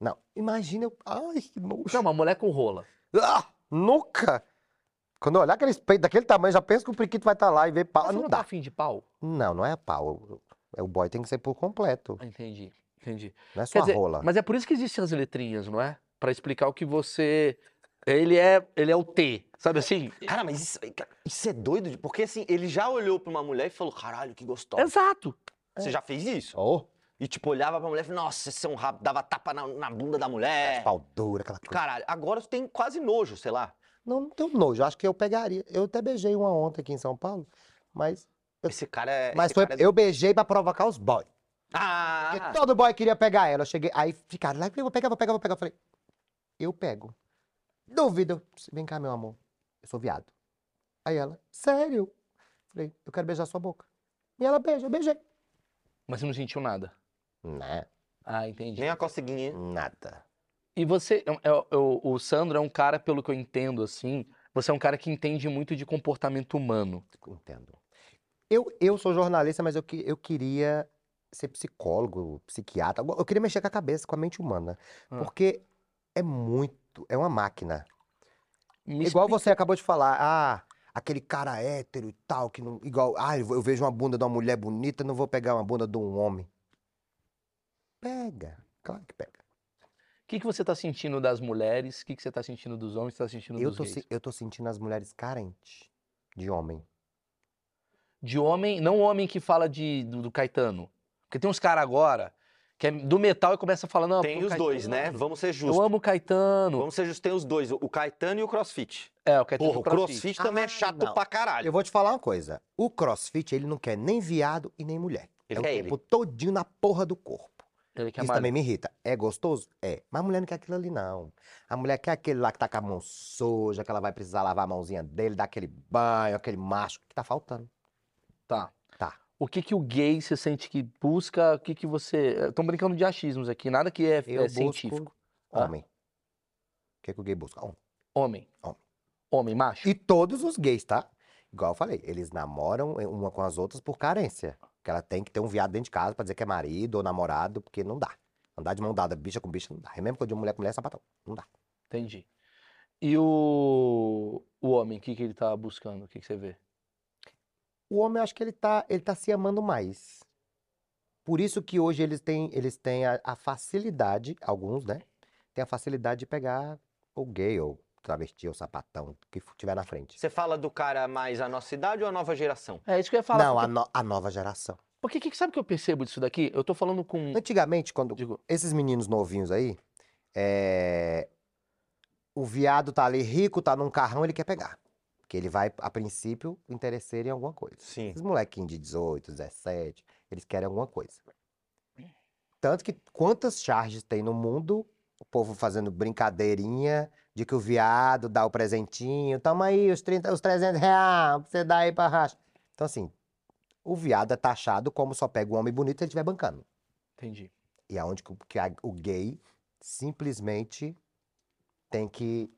S3: Não, imagina eu. Ai, que nojo.
S1: Não, uma mulher com rola.
S3: Ah, nunca! Quando eu olhar aquele peito daquele tamanho, já penso que o priquito vai estar lá e ver
S1: Mas
S3: pau.
S1: você
S3: Ah, Não,
S1: não tá
S3: dá.
S1: afim de pau?
S3: Não, não é pau. É O boy tem que ser por completo.
S1: Ah, Entendi, entendi.
S3: Não é só
S1: Quer
S3: a
S1: dizer,
S3: rola.
S1: mas é por isso que existem as letrinhas, não é? Pra explicar o que você. Ele é, ele é o T, sabe assim?
S2: Cara, mas isso, isso é doido, de- porque assim, ele já olhou pra uma mulher e falou, caralho, que
S3: Então.
S2: gostosa.
S1: Exato.
S3: é.
S2: Você já fez isso?
S3: Oh,
S2: E tipo, olhava pra mulher e falava, nossa, esse é um rabo, dava tapa na, na bunda da
S3: é.
S2: mulher.
S3: pau dura, aquela coisa.
S2: Caralho, agora tu tem quase nojo, sei lá.
S3: Não, não tenho nojo. Acho que eu pegaria. Eu até beijei uma ontem aqui em São Paulo, mas.
S2: Esse cara é.
S3: Mas
S2: esse
S3: foi,
S2: cara é-
S3: eu beijei pra provocar os boys. Porque
S2: Ah!
S3: todo boy queria pegar ela. Eu cheguei, aí ficaram lá, eu vou pegar, vou pegar, vou pegar. Eu falei, eu pego. Duvido. Vem cá, meu amor. Eu sou viado. Aí ela, sério? Eu falei, eu quero beijar sua boca. E ela beija, eu beijei.
S1: Mas você não sentiu nada.
S3: Né?
S1: Ah, entendi.
S2: Nem a coceguinha.
S3: Nada.
S1: E você, eu- eu- eu- o Sandro é um cara, pelo que eu entendo, assim, você é um cara que entende muito de comportamento humano.
S3: Entendo. Eu, eu sou jornalista, mas eu, que- eu queria ser psicólogo, psiquiatra. Eu queria mexer com a cabeça, com a mente humana.
S1: Ah.
S3: Porque é muito, é uma máquina.
S1: Me
S3: Igual
S1: explica-
S3: você acabou de falar, ah, aquele cara hétero e tal, que não. Igual, ah, eu vou- eu vejo uma bunda de uma mulher bonita, não vou pegar uma bunda de um homem. Pega, claro que pega.
S1: O que, que você tá sentindo das mulheres? O que, que você tá sentindo dos homens? Você tá sentindo
S3: Eu
S1: dos
S3: tô,
S1: gays?
S3: se- eu tô sentindo as mulheres carentes de homem.
S1: De homem, não homem que fala de, do, do Caetano. Porque tem uns caras agora que é do metal e começa falando. "Não,
S2: Tem
S1: porque o
S2: os dois,
S1: Caetano-
S2: né? Vamos ser
S1: Eu
S2: justos.
S1: amo o Caetano.
S2: Vamos ser justos, tem os dois, o Caetano e o CrossFit.
S1: É, o Caetano
S2: Porra, o
S1: Crossfit.
S2: CrossFit também é
S3: Ah,
S2: chato
S3: não.
S2: pra
S3: Eu
S2: caralho.
S3: vou te falar uma coisa: o crossfit, ele não quer nem viado e nem mulher.
S2: Ele
S3: é o
S2: quer
S3: tempo todinho na porra do corpo.
S1: Ele quer
S3: Isso
S1: mais.
S3: também me irrita. É gostoso? É. Mas a mulher não quer aquilo ali, não. A mulher quer aquele lá que tá com a mão suja, que ela vai precisar lavar a mãozinha dele, dar aquele banho, aquele macho, que tá faltando.
S1: Tá.
S3: Tá.
S1: O que que o gay se sente que busca? O que que você... Estão brincando de achismos aqui, nada que é,
S3: Eu
S1: é
S3: busco
S1: científico. Ah.
S3: homem. O que, é que o gay busca? Homem.
S1: Homem.
S3: Homem.
S1: Homem, macho.
S3: E todos os gays, tá? Igual eu falei, eles namoram eh, uma com as outras por carência. Que ela tem que ter um viado dentro de casa pra dizer que é marido ou namorado, porque não dá. Andar de mão dada, bicha com bicha, não dá. É mesmo que eu de mulher com mulher, é sapatão. Não dá.
S1: Entendi. E o, o homem, o que que ele tá buscando? O que que você vê?
S3: O homem, eu acho que ele tá, ele tá se amando mais. Por isso que hoje eles têm, eles têm a, a facilidade, alguns, né? Tem a facilidade de pegar ou gay, ou travesti, ou sapatão, o que f- tiver na frente.
S2: Você fala do cara mais a nossa idade ou a nova geração?
S1: É isso que eu ia falar.
S3: Não,
S1: porque,
S3: a, no- a nova geração.
S1: porque que, que- sabe o que eu percebo disso daqui? Eu tô falando com...
S3: Antigamente, quando
S1: Digo,
S3: esses meninos novinhos aí, é, o viado tá ali rico, tá num carrão, ele quer pegar. Porque ele vai, a princípio, interesseiro em alguma coisa.
S2: Sim.
S3: Esses molequinhos de 18, 17, eles querem alguma coisa. Tanto que quantas charges tem no mundo, o povo fazendo brincadeirinha de que o viado dá o presentinho, toma aí os, 30, os 300 reais, você dá aí pra racha. Então, assim, o viado é taxado como só pega o homem bonito se ele estiver bancando.
S1: entendi.
S3: E aonde que, o- que a- o gay simplesmente tem que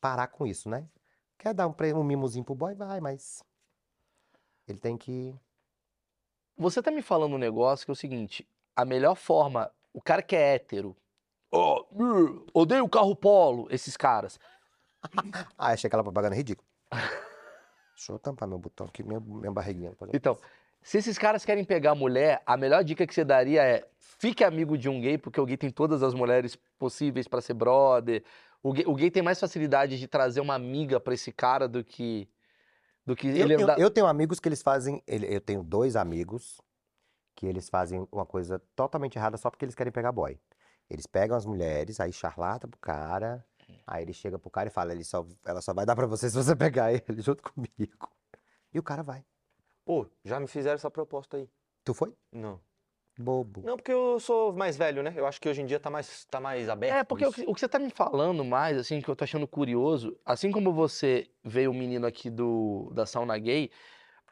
S3: parar com isso, né? Quer dar um, pre- um mimozinho pro boy? Vai, mas ele tem que.
S1: Você tá me falando um negócio que é o seguinte, a melhor forma, o cara que é hétero, ó, uh, odeio o carro polo, esses caras.
S3: Ah, achei aquela propaganda ridícula. Deixa eu tampar meu botão aqui, minha, minha barriguinha. pode-
S1: Então, se esses caras querem pegar a mulher, a melhor dica que você daria é fique amigo de um gay, porque o gay tem todas as mulheres possíveis pra ser brother. O gay, o gay tem mais facilidade de trazer uma amiga pra esse cara do que. Do que
S3: Eu,
S1: ele
S3: tenho,
S1: andar.
S3: eu tenho amigos que eles fazem. ele- Eu tenho dois amigos que eles fazem uma coisa totalmente errada só porque eles querem pegar boy. Eles pegam as mulheres, aí charlata pro cara,
S1: Hum.
S3: aí ele chega pro cara e fala: ele só, ela só vai dar pra você se você pegar ele junto comigo. E o cara vai.
S2: Pô, já me fizeram essa proposta aí.
S3: Tu foi?
S2: Não.
S3: Bobo.
S2: Não, porque eu sou mais velho, né? Eu acho que hoje em dia tá mais, tá mais aberto.
S1: É, porque o
S2: isso.
S1: que, o que você tá me falando mais, assim, que eu tô achando curioso, assim como você veio o menino aqui do, da sauna gay,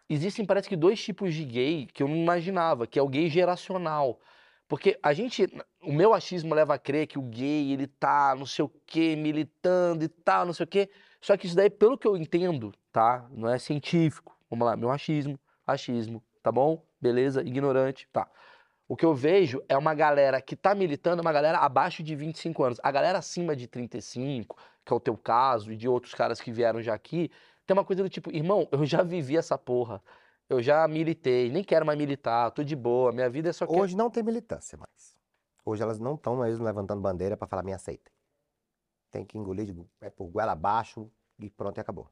S1: existem, parece que, dois tipos de gay que eu não imaginava, que é o gay geracional. Porque a gente, o meu achismo leva a crer que o gay, ele tá, não sei o quê, militando e tal, não sei o quê. Só que isso daí, pelo que eu entendo, tá? Não é científico. Vamos lá, meu achismo, achismo, tá bom? Beleza, ignorante, tá. O que eu vejo é uma galera que tá militando, uma galera abaixo de 25 anos. A galera acima de 35, que é o teu caso, e de outros caras que vieram já aqui, tem uma coisa do tipo, irmão, eu já vivi essa porra. Eu já militei, nem quero mais militar, tô de boa, minha vida é só que.
S3: Hoje não tem militância mais. Hoje elas não estão mesmo levantando bandeira pra falar me aceitem. Tem que engolir de, é por goela abaixo e pronto, e acabou.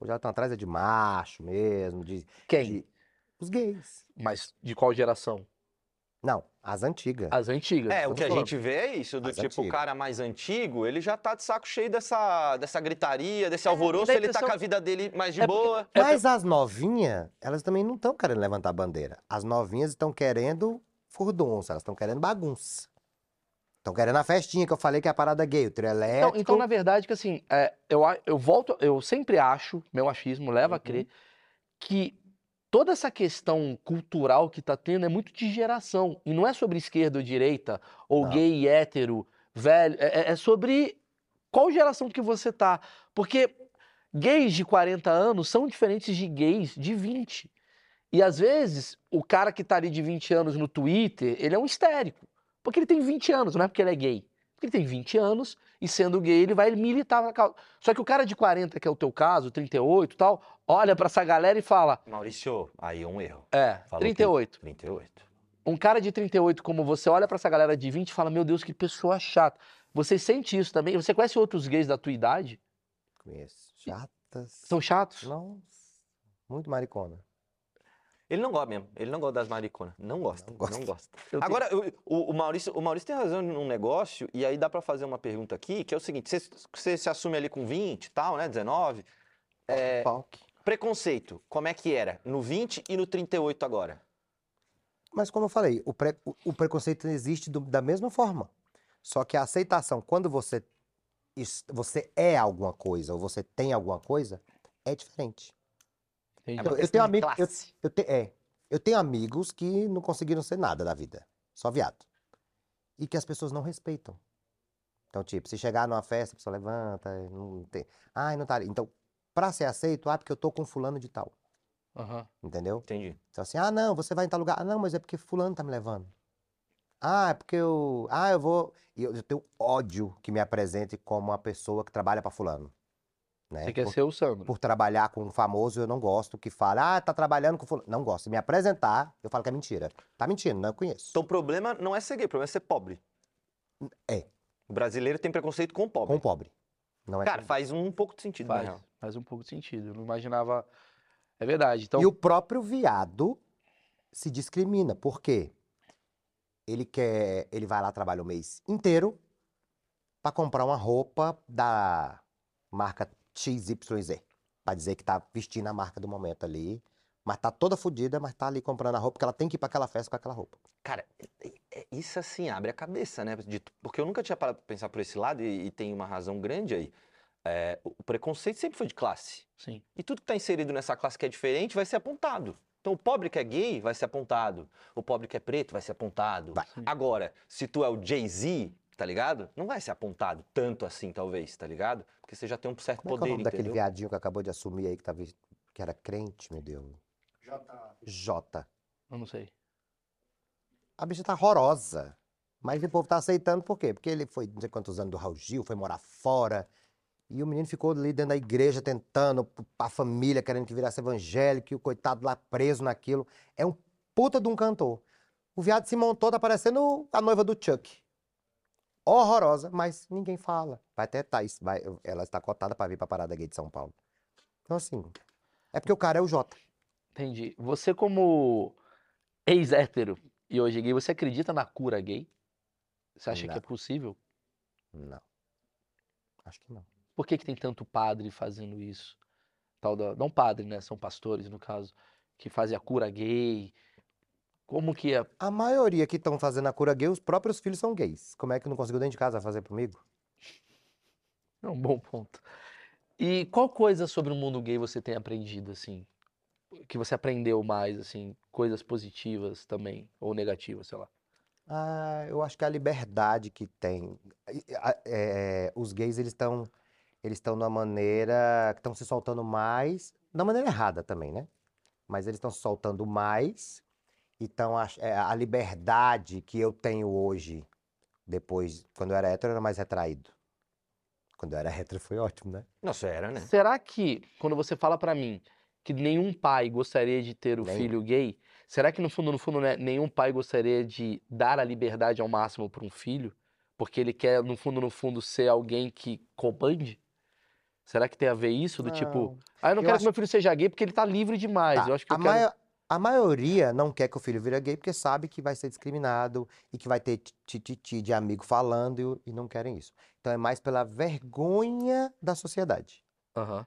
S3: Hoje elas estão atrás é de macho mesmo, de,
S1: Quem?
S3: de- os gays.
S1: Mas de qual geração?
S3: Não, as antigas.
S1: As antigas.
S2: É,
S1: eu
S2: o
S1: tô
S2: que a
S1: falando.
S2: gente vê é isso, do
S3: Mas
S2: tipo, o
S3: antigo.
S2: cara mais antigo, ele já tá de saco cheio dessa, dessa gritaria, desse alvoroço,
S1: dá a
S2: ele tá
S1: impressão-
S2: com a vida dele mais de
S1: É porque-
S2: boa.
S1: É,
S3: Mas as novinhas, elas também não estão querendo levantar bandeira. As novinhas estão querendo furdunça, elas estão querendo bagunça. Estão querendo a festinha que eu falei que é a parada gay, o trio
S1: Então,
S3: elétrico.
S1: então, na verdade, que assim, é, eu, a- eu volto, eu sempre acho, meu achismo leva a crer, que toda essa questão cultural que tá tendo é muito de geração. E não é sobre esquerda ou direita, ou
S3: Não.
S1: gay e hétero, velho. É, é- é sobre qual geração que você tá. Porque gays de 40 anos são diferentes de gays de 20. E às vezes, o cara que tá ali de 20 anos no Twitter, ele é um histérico. Porque ele tem 20 anos, não é porque ele é gay. Porque ele tem 20 anos e sendo gay, ele vai militar na causa. Só que o cara de 40, que é o teu caso, 38 e tal, olha pra essa galera e fala:
S2: Maurício, aí é um erro.
S1: É,
S2: Falou
S1: 38.
S2: 38.
S1: Um cara de 38, como você, olha pra essa galera de 20 e fala: Meu Deus, que pessoa chata. Você sente isso também? Você conhece outros gays da tua idade?
S3: Conheço. Chatas.
S1: São chatos?
S3: Nossa, muito maricona.
S2: Ele não gosta mesmo, ele não gosta das mariconas. Não gosta, não
S3: Não gosta.
S2: gosta.
S1: Eu tenho-
S2: Agora, eu- o, o Maurício, o Maurício tem razão num negócio, e aí dá pra fazer uma pergunta aqui, que é o seguinte, você- você se assume ali com 20 e tal, né, 19, é,
S3: Palco.
S2: preconceito, como é que era? No 20 e no 38 agora?
S3: Mas como eu falei, o, pre- o- o preconceito existe do- da mesma forma. Só que a aceitação, quando você, es- você é alguma coisa ou você tem alguma coisa, é diferente.
S1: Entendi.
S3: Eu tenho amigo-
S2: é Classe.
S3: Eu te- é, Eu tenho amigos que não conseguiram ser nada da vida, só viado. E que as pessoas não respeitam. Então, tipo, se chegar numa festa, a pessoa levanta, não tem. Ai, não tá ali. Então, pra ser aceito, ah, porque eu tô com fulano de tal.
S1: Aham.
S3: Entendeu?
S2: Entendi.
S3: Então, assim, ah, não, você vai em tal lugar. Ah, não, mas é porque fulano tá me levando. Ah, é porque eu. Ah, eu vou. E eu, eu tenho ódio que me apresente como uma pessoa que trabalha pra fulano.
S2: É,
S3: Né?
S1: Você quer
S3: Por-
S1: ser o Sandro.
S3: por trabalhar com um famoso, eu não gosto que fala, ah, tá trabalhando com fulano. Não gosto. Se me apresentar, eu falo que é mentira. Tá mentindo, não conheço.
S2: Então o problema não é ser gay, o problema é ser pobre.
S3: É.
S2: O brasileiro tem preconceito com o pobre.
S3: Com um pobre. Não é
S2: Cara,
S3: com-
S2: faz um pouco de sentido, na
S1: Faz,
S2: real.
S1: faz um pouco de sentido. Eu não imaginava. É verdade. Então,
S3: E o próprio viado se discrimina. Por quê? Ele quer. Ele vai lá, trabalha o mês inteiro pra comprar uma roupa da marca XYZ. Pra dizer que tá vestindo a marca do momento ali. Mas tá toda fodida, mas tá ali comprando a roupa, porque ela tem que ir pra aquela festa com aquela roupa.
S2: Cara, é- é- isso assim abre a cabeça, né? de- porque eu nunca tinha parado pra pensar por esse lado e, e tem uma razão grande aí. É, o preconceito sempre foi de classe.
S1: sim.
S2: E tudo que tá inserido nessa classe que é diferente vai ser apontado. Então o pobre que é gay vai ser apontado. O pobre que é preto vai ser apontado.
S3: Vai.
S1: Sim.
S2: Agora, se tu é o Jay-Z, tá ligado? Não vai ser apontado tanto assim, talvez, tá ligado? Porque você já tem um certo
S3: Como é que é o
S2: poder,
S3: nome daquele
S2: entendeu?
S3: viadinho que acabou de assumir aí, que, tava, que era crente, meu Deus? Jota.
S1: Eu não sei.
S3: A bicha tá horrorosa. Mas o povo tá aceitando por quê? Porque ele foi, não sei quantos anos, do Raul Gil, foi morar fora. E o menino ficou ali dentro da igreja tentando, a família querendo que virasse evangélico, e o coitado lá preso naquilo. É um puta de um cantor. O viado se montou, tá parecendo a noiva do Chuck. Horrorosa, mas ninguém fala. Vai até tá, isso vai- ela está cotada pra vir pra Parada Gay de São Paulo. Então, assim, é porque o cara é o Jota.
S1: Entendi. Você, como ex-hétero e hoje gay, você acredita na cura gay? Você acha que é
S3: Não.
S1: possível?
S3: Não. Acho que não.
S1: Por que, que tem tanto padre fazendo isso? Tal da, não padre, né? São pastores, no caso, que fazem a cura gay. Como que é?
S3: A maioria que estão fazendo a cura gay, os próprios filhos são gays. Como é que não conseguiu dentro de casa fazer comigo?
S1: É um bom ponto. E qual coisa sobre o mundo gay você tem aprendido, assim? Que você aprendeu mais, assim? Coisas positivas também, ou negativas, sei lá.
S3: Ah, eu acho que a liberdade que tem. E, a- é, os gays, eles estão eles estão numa maneira que estão se soltando mais, da maneira errada também, né? Mas eles estão se soltando mais. Então, a, é, a liberdade que eu tenho hoje, depois, quando eu era hétero, eu era mais retraído. Quando eu era hétero foi ótimo, né?
S2: Nossa, era, né?
S1: Será que, quando você fala pra mim que nenhum pai gostaria de ter o
S3: Nenhum.
S1: filho gay, será que no fundo, no fundo, né, nenhum pai gostaria de dar a liberdade ao máximo pra um filho? Porque ele quer, no fundo, no fundo, ser alguém que comande? Será que tem a ver isso? Do tipo,
S3: Não.
S1: ah, eu não quero
S3: Eu
S1: que
S3: acho-
S1: meu filho seja gay porque ele tá livre demais.
S3: Tá,
S1: Eu acho que eu
S3: a,
S1: quero.
S3: maio- a maioria não quer que o filho vira gay porque sabe que vai ser discriminado e que vai ter tititi de amigo falando e o- e, não querem isso. Então é mais pela vergonha da sociedade.
S1: Aham.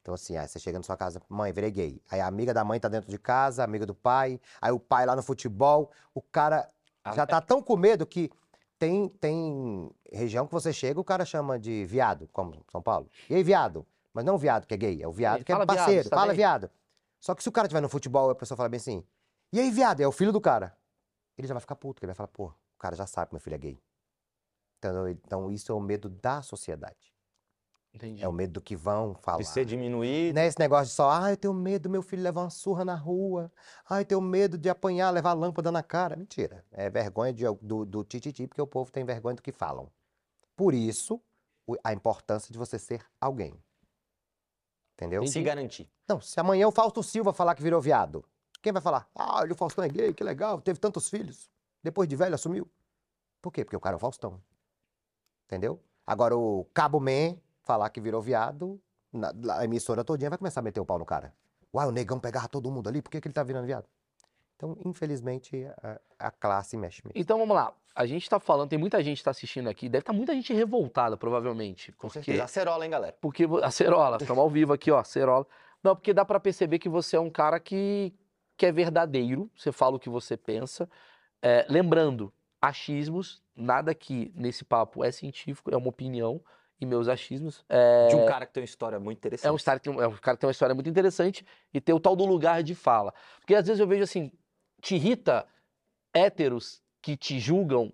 S3: Então assim, aí você chega na sua casa, mãe, virei gay. Aí a amiga da mãe tá dentro de casa, a amiga do pai, aí o pai lá no futebol, o cara
S2: Ah,
S3: já tá tão com medo que tem, tem região que você chega, o cara chama de viado, como São Paulo. E aí, viado? Mas não viado que é gay, é o viado
S1: Sim,
S3: que é
S1: fala viado,
S3: parceiro,
S1: você tá
S3: fala
S1: bem?
S3: viado. Só que se o cara tiver no futebol, a pessoa fala bem assim, e aí, viado, é o filho do cara. Ele já vai ficar puto, porque ele vai falar, pô, o cara já sabe que meu filho é gay. Então, ele- então isso é o medo da sociedade.
S1: Entendi.
S3: É o medo do que vão falar.
S2: De ser diminuído.
S3: Né, esse negócio de só, ah, eu tenho medo do meu filho levar uma surra na rua. Ah, eu tenho medo de apanhar, levar lâmpada na cara. Mentira. É vergonha de, do, do tititi, porque o povo tem vergonha do que falam. Por isso, o- a importância de você ser alguém. Entendeu?
S1: Sim.
S2: Se garantir.
S3: Não, se amanhã o Fausto Silva falar que virou viado, quem vai falar? Ah, olha, o Faustão é gay, que legal, teve tantos filhos. Depois de velho, assumiu. Por quê? Porque o cara é o Faustão. Entendeu? Agora o Cabo Man falar que virou viado, na, lá, a emissora todinha vai começar a meter o pau no cara. Uai, o negão pegava todo mundo ali, por que, que ele tá virando viado? Então, infelizmente, a, a classe mexe mesmo.
S1: Então vamos lá. A gente tá falando, tem muita gente que tá assistindo aqui, deve estar muita gente revoltada, provavelmente.
S2: Com
S1: porque-
S2: certeza. Acerola, hein, galera?
S1: Porque vo- a Cerola, estamos ao vivo aqui, ó, Cerola. Não, porque dá pra perceber que você é um cara que, que é verdadeiro, você fala o que você pensa. É, lembrando, achismos, nada aqui nesse papo é científico, é uma opinião e meus achismos. É,
S2: De um cara que tem uma história muito interessante.
S1: é um, cara que tem, um- é um cara que tem uma história muito interessante e tem o tal do lugar de fala. Porque às vezes eu vejo assim, te irrita héteros que te julgam,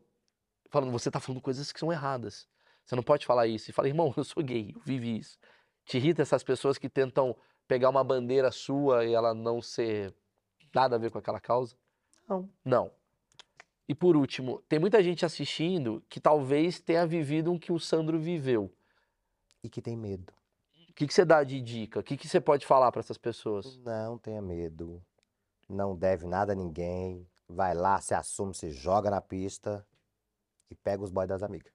S1: falando, você tá falando coisas que são erradas. Você não pode falar isso. E fala, irmão, eu sou gay, eu vivi isso. Te irrita essas pessoas que tentam pegar uma bandeira sua e ela não ser nada a ver com aquela causa?
S3: Não.
S1: Não. E por último, tem muita gente assistindo que talvez tenha vivido o que o Sandro viveu.
S3: E que tem medo.
S1: O que, que você dá de dica? O que, que você pode falar para essas pessoas?
S3: Não tenha medo. Não deve nada a ninguém. Vai lá, se assume, se joga na pista e pega os boys das amigas.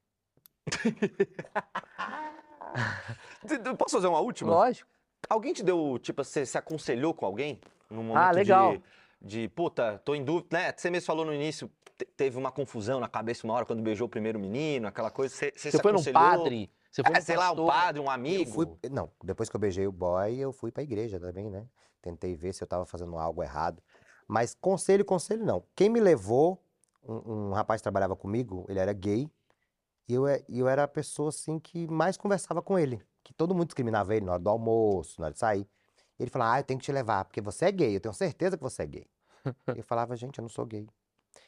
S2: Posso fazer uma última?
S1: Lógico.
S2: Alguém te deu, tipo, você se aconselhou com alguém? Num momento
S1: Ah, legal.
S2: De, de, puta, tô em dúvida, né? Você mesmo falou no início, te- teve uma confusão na cabeça uma hora quando beijou o primeiro menino, aquela coisa. Você, você
S1: Você
S2: se
S1: foi num
S2: aconselhou?
S1: padre? Você foi
S2: É,
S1: num
S2: sei lá, um
S1: pastor?
S2: padre, um
S3: Eu
S2: amigo.
S3: fui, não, depois que eu beijei o boy, eu fui pra igreja também, né? Tentei ver se eu tava fazendo algo errado. Mas conselho, conselho não. Quem me levou, um, um rapaz que trabalhava comigo, ele era gay, e eu, é- e eu era a pessoa assim que mais conversava com ele. Que todo mundo discriminava ele na hora do almoço, na hora de sair. Ele falava, ah, eu tenho que te levar, porque você é gay, eu tenho certeza que você é gay. Eu falava, gente, eu não sou gay.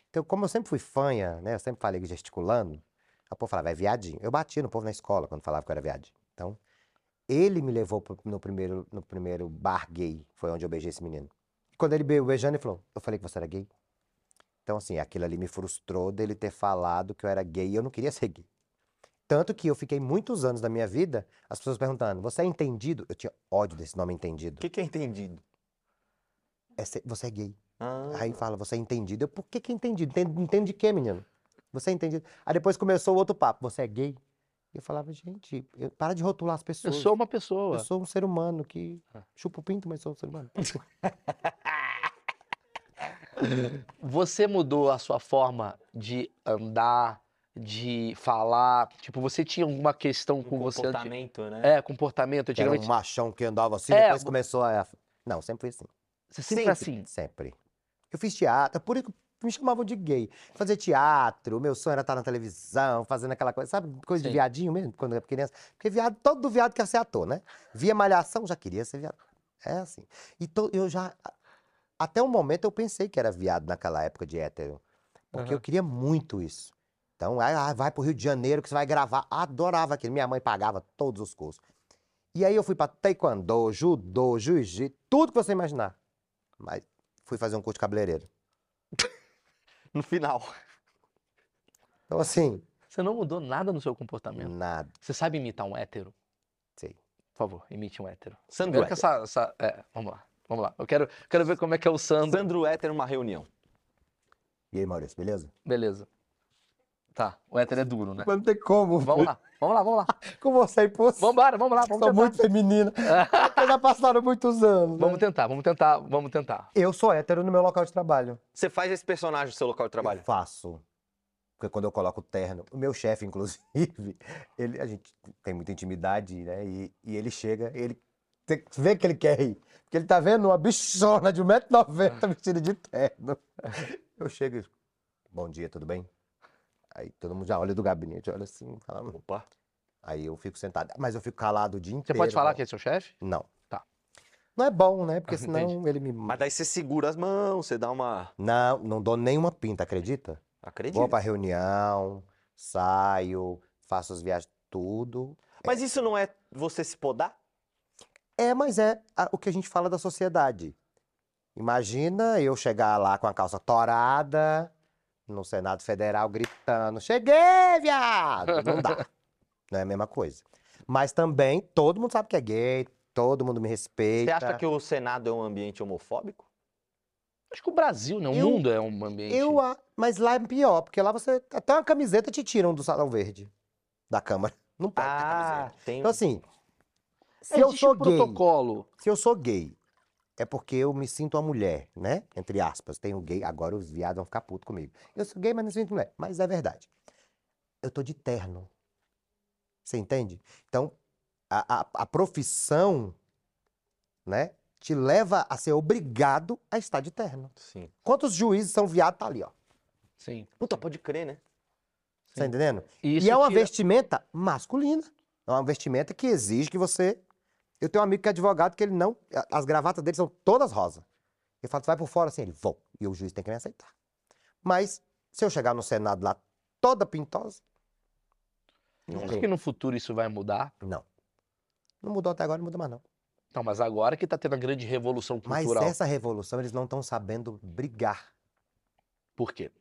S3: Então, como eu sempre fui fanha, né? Eu sempre falei gesticulando, a povo falava, é viadinho. Eu batia no povo na escola quando falava que eu era viadinho. Então, ele me levou pro- no primeiro, no primeiro bar gay, foi onde eu beijei esse menino. E quando ele veio beijando, ele falou, eu falei que você era gay. Então, assim, aquilo ali me frustrou dele ter falado que eu era gay e eu não queria ser gay. Tanto que eu fiquei muitos anos da minha vida, as pessoas perguntando, você é entendido? Eu tinha ódio desse nome
S2: O
S3: entendido.
S2: que, que é entendido?
S3: É ser- você é gay.
S2: Ah,
S3: Aí fala, você é entendido. Eu, por que que é entendido? Entende, entende de quê, menino? Você é entendido. Aí depois começou o outro papo, você é gay? E eu falava, gente, eu- para de rotular as
S1: Eu
S3: pessoas.
S1: sou Ah. uma pessoa.
S3: Eu sou um ser humano que chupa o pinto, mas sou um ser humano.
S1: Você mudou a sua forma de andar, de falar? Tipo, você tinha alguma questão
S2: um
S1: com você? anti-
S2: comportamento, né?
S1: É, comportamento.
S3: Era
S1: Antigamente,
S3: um machão que andava assim,
S1: É,
S3: depois
S1: vo-
S3: começou a... Não, sempre foi assim.
S1: você sempre, foi assim.
S3: Sempre. Eu fiz teatro, por isso que me chamavam de gay. Fazer teatro, meu sonho era estar na televisão, fazendo aquela coisa, sabe? Coisa
S1: Sim.
S3: de viadinho mesmo, quando eu era criança. Porque viado, todo viado quer ser ator, né? Via Malhação, já queria ser viado. É assim. E to- eu já... Até o momento eu pensei que era viado naquela época de hétero. Porque
S1: Aham.
S3: eu queria muito isso. Então, ah, ah, vai pro Rio de Janeiro que você vai gravar. Adorava aquilo. Minha mãe pagava todos os cursos. E aí eu fui pra taekwondo, judô, jiu-jitsu, tudo que você imaginar. Mas fui fazer um curso de cabeleireiro.
S2: No final.
S3: Então, assim,
S1: Você não mudou nada no seu comportamento.
S3: nada.
S2: Hum.
S1: Você sabe imitar um hétero?
S3: Sei.
S1: Por favor, imite um hétero.
S2: Sandro
S1: Primeiro que
S2: Éter.
S1: essa, essa- é, vamos lá, vamos lá. Eu quero, quero ver como é que é o Sandro.
S2: Sandro Éter numa reunião.
S3: E aí, Maurício, beleza?
S1: Beleza. Tá, o hétero é duro, né?
S3: Mas não tem como.
S1: Vamos lá, vamos lá, vamos lá.
S3: Com você aí, pô.
S1: Vambora, vamos lá, vamos
S3: Sou
S1: tentar.
S3: muito feminina. Porque já passaram muitos anos. né?
S1: Vamos tentar, vamos tentar, vamos tentar.
S3: Eu sou hétero no meu local de trabalho.
S2: Você faz esse personagem no seu local de trabalho?
S3: Eu faço. Porque quando eu coloco o terno, o meu chefe, inclusive, ele, a gente tem muita intimidade, né? E, e ele chega, ele você vê que ele quer rir. Porque ele tá vendo uma bichona de 1,90m vestida de terno. Eu chego e bom dia, tudo bem? Aí todo mundo já olha do gabinete, olha assim, fala, "Hum".
S2: Opa.
S3: aí eu fico sentado. Mas eu fico calado o dia
S1: Você
S3: inteiro.
S1: pode falar
S3: cara.
S1: que é seu chefe?
S3: Não.
S1: Tá.
S3: Não é bom, né? Porque
S1: Ah,
S3: senão
S1: entendi.
S3: ele me...
S2: Mas daí você segura as mãos, você dá uma.
S3: Não, não dou nenhuma pinta, acredita?
S2: Acredito.
S3: Vou pra reunião, saio, faço as viagens, tudo.
S2: Mas isso não é você se podar?
S3: É, mas é a- o que a gente fala da sociedade. Imagina eu chegar lá com a calça torada, no Senado Federal gritando: Cheguei, viado! Não dá. Não é a mesma coisa. Mas também todo mundo sabe que é gay, todo mundo me
S2: Você
S3: respeita.
S2: acha que o Senado é um ambiente homofóbico?
S1: Acho que o Brasil, né? O
S3: Eu-
S1: mundo é um ambiente.
S3: Eu, a- mas lá é pior, porque lá você. Até uma camiseta te tiram do Salão Verde, da Câmara. Não pode
S2: Ah,
S3: ter camiseta.
S2: tem.
S3: Então, assim, se eu
S1: Existe
S3: sou
S1: um
S3: gay,
S1: protocolo.
S3: se eu sou gay, é porque eu me sinto uma mulher, né? Entre aspas, tenho gay, agora os viados vão ficar putos comigo. Eu sou gay, mas não sinto mulher. Mas é verdade. Eu tô de terno. Você entende? Então, a, a, a profissão, né, te leva a ser obrigado a estar de terno.
S2: Sim.
S3: Quantos juízes são viados, tá ali, ó.
S1: Sim.
S2: Puta, pode crer, né?
S3: Tá entendendo?
S1: E, isso
S3: e é uma
S1: tira-
S3: vestimenta masculina. É uma vestimenta que exige que você. Eu tenho um amigo que é advogado que ele não. a- As gravatas dele são todas rosa. Eu falo, tu vai por fora assim, ele, vou. E o juiz tem que me aceitar. Mas, se eu chegar no Senado lá toda pintosa. Não,
S1: Acho
S3: tem.
S1: que no futuro isso vai mudar.
S3: não. Não mudou até agora, não muda mais não.
S1: Não, mas agora que tá tendo a grande revolução
S3: Mas
S1: cultural.
S3: essa revolução eles não estão sabendo brigar.
S1: Por quê?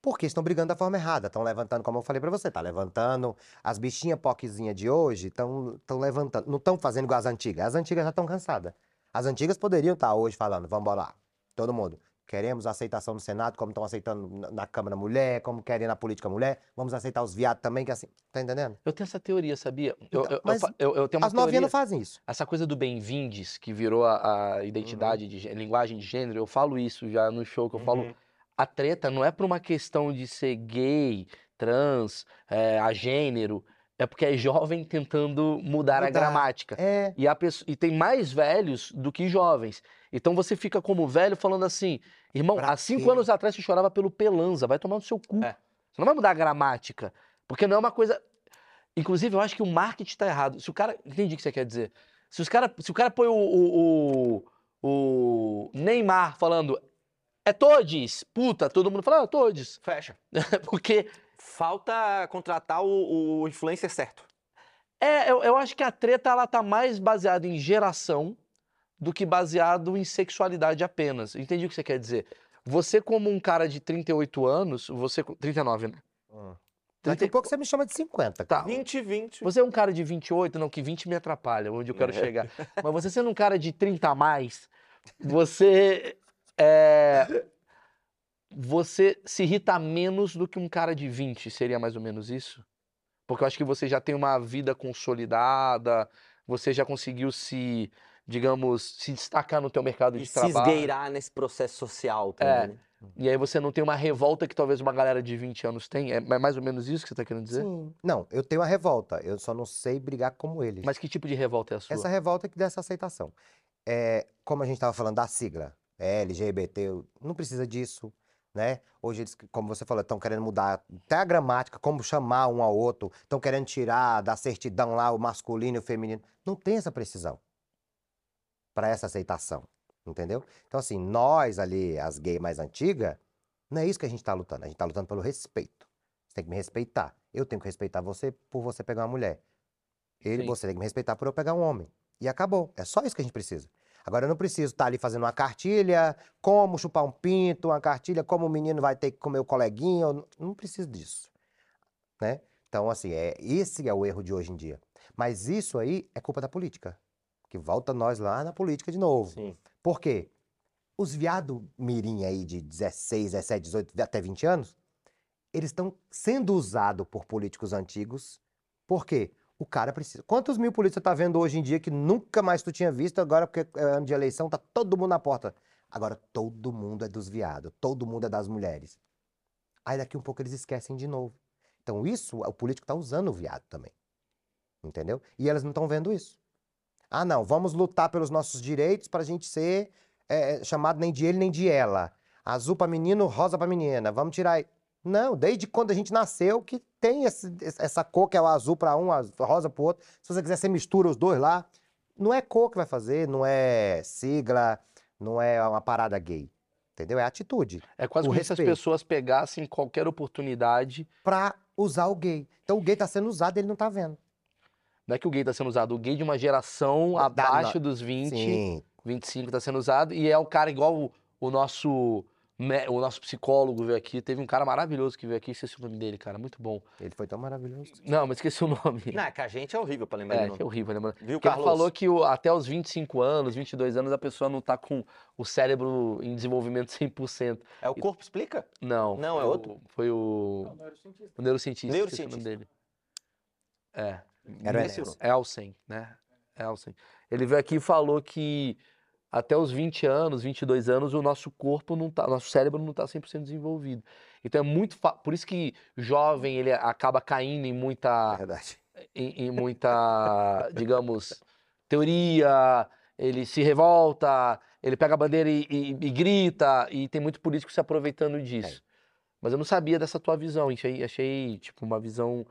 S3: Porque estão brigando da forma errada. Estão levantando, como eu falei pra você, tá levantando as bichinhas poquezinhas de hoje, estão levantando. Não estão fazendo igual as antigas. As antigas já estão cansadas. As antigas poderiam estar hoje falando, vamos lá, todo mundo. Queremos a aceitação no Senado, como estão aceitando na- na Câmara Mulher, como querem na política mulher, vamos aceitar os viados também, que é assim. Tá entendendo?
S1: Eu tenho essa teoria, sabia? Eu,
S3: Então,
S1: eu- eu
S3: mas
S1: fa- eu- eu tenho uma
S3: As novinhas
S1: teoria.
S3: não fazem isso.
S1: Essa coisa do bem-vindes, que virou a, a
S3: Uhum.
S1: identidade, de, gê- linguagem de gênero, eu falo isso já no show, que eu falo a treta não é por uma questão de ser gay, trans, é, a gênero, é porque é jovem tentando mudar, a
S3: Mudar.
S1: gramática.
S3: É.
S1: E, a pesso- e tem mais velhos do que jovens. Então você fica como velho falando assim, irmão,
S3: Pra
S1: há cinco
S3: quê?
S1: anos atrás você chorava pelo Pelanza, vai tomar no seu cu.
S2: É.
S1: Você não vai mudar a gramática. Porque não é uma coisa. Inclusive, eu acho que o marketing tá errado. Se o cara. Entendi o que você quer dizer. Se, os cara... Se o cara põe o, o, o- o Neymar falando. É Todes, puta, todo mundo fala, ah, Todes.
S2: Fecha.
S1: Porque
S2: Falta contratar o, o influencer certo.
S1: É, eu, eu acho que a treta ela tá mais baseada em geração do que baseado em sexualidade apenas. Entendi o que você quer dizer. Você como um cara de 38 anos, você com- 39, né?
S3: Hum. Daqui a
S1: 30,
S3: pouco você me chama de 50.
S1: Tá.
S3: cara.
S2: 20 20.
S1: você é um cara de 28, não que 20 me atrapalha, onde eu quero
S2: É.
S1: chegar. Mas você sendo um cara de 30 a mais, você é, você se irrita menos do que um cara de 20, seria mais ou menos isso? Porque eu acho que você já tem uma vida consolidada, você já conseguiu se, digamos, se destacar no teu mercado
S2: E
S1: de
S2: se
S1: trabalho.
S2: esgueirar nesse processo social
S3: É.
S2: também. né?
S1: E aí você não tem uma revolta que talvez uma galera de 20 anos tem. É mais ou menos isso que você tá querendo dizer?
S3: Sim. Não, eu tenho a revolta. Eu só não sei brigar como eles.
S1: Mas que tipo de revolta é a sua?
S3: Essa revolta que dá essa aceitação. É, como a gente estava falando da sigla, é LGBT, não precisa disso, né? Hoje eles, como você falou, estão querendo mudar até a gramática, como chamar um ao outro, estão querendo tirar da certidão lá o masculino e o feminino. Não tem essa precisão para essa aceitação, entendeu? Então assim, nós ali, as gays mais antigas, não é isso que a gente está lutando. A gente está lutando pelo respeito. Você tem que me respeitar. Eu tenho que respeitar você por você pegar uma mulher. Ele,
S1: Sim.
S3: você tem que me respeitar por eu pegar um homem. E acabou. É só isso que a gente precisa. Agora eu não preciso estar ali fazendo uma cartilha, como chupar um pinto, uma cartilha, como o menino vai ter que comer o coleguinha. Eu não- não preciso disso. Né? Então, assim, é, esse é o erro de hoje em dia. Mas isso aí é culpa da política. Que volta nós lá na política de novo.
S2: Sim.
S3: Por quê? Os viado mirim aí de 16, 17, 18, até 20 anos, eles estão sendo usados por políticos antigos. Por quê? O cara precisa. Quantos mil políticos você tá vendo hoje em dia que nunca mais tu tinha visto, agora porque é ano de eleição, tá todo mundo na porta. Agora todo mundo é dos viados, todo mundo é das mulheres. Aí daqui um pouco eles esquecem de novo. Então isso, o político tá usando o viado também. Entendeu? E elas não estão vendo isso. Ah, não, vamos lutar pelos nossos direitos para a gente ser é, chamado nem de ele nem de ela. Azul para menino, rosa para menina. Vamos tirar. aí. Não, desde quando a gente nasceu que tem esse- essa cor que é o azul para um, a rosa para outro. Se você quiser, você mistura os dois lá. Não é cor que vai fazer, não é sigla, não é uma parada gay. Entendeu? É atitude.
S1: É quase
S3: O
S1: como se as
S3: respeito.
S1: pessoas pegassem qualquer oportunidade.
S3: Pra usar o gay. Então o gay tá sendo usado, ele não tá vendo.
S1: Não é que o gay está sendo usado, o gay de uma geração
S3: Da-
S1: abaixo dos 20,
S3: Sim.
S1: 25 está sendo usado, e é o cara igual o, o nosso mé- o nosso psicólogo veio aqui. Teve um cara maravilhoso que veio aqui, esqueci o nome dele, cara, muito bom.
S3: Ele foi tão maravilhoso.
S1: Não, mas esqueci o nome.
S2: Não, é que a gente é horrível pra lembrar
S1: é,
S2: de
S1: que é
S2: nome.
S1: horrível, né, mano?
S2: Viu,
S1: Porque ele
S2: Carlos?
S1: falou que o- até os 25 anos, 22 anos, a pessoa não tá com o cérebro em desenvolvimento 100%.
S2: É o corpo explica?
S1: Não.
S2: Não, é
S1: foi o-
S2: outro?
S1: Foi o. É O neurocientista. esqueci
S2: Neurocientista.
S1: O nome dele. É.
S3: Era
S1: Hum,
S3: esse o nome.
S1: Elsen, né? Elsen. Ele veio aqui e falou que até os 20 anos, 22 anos, o nosso corpo não tá, nosso cérebro não tá 100% desenvolvido. Então é muito, fa- por isso que jovem ele acaba caindo em muita
S3: É Verdade.
S1: em, em muita, digamos, teoria, ele se revolta, ele pega a bandeira e, e- e grita, e tem muito político se aproveitando disso. Mas eu não sabia dessa tua visão, e achei, achei, tipo, uma visão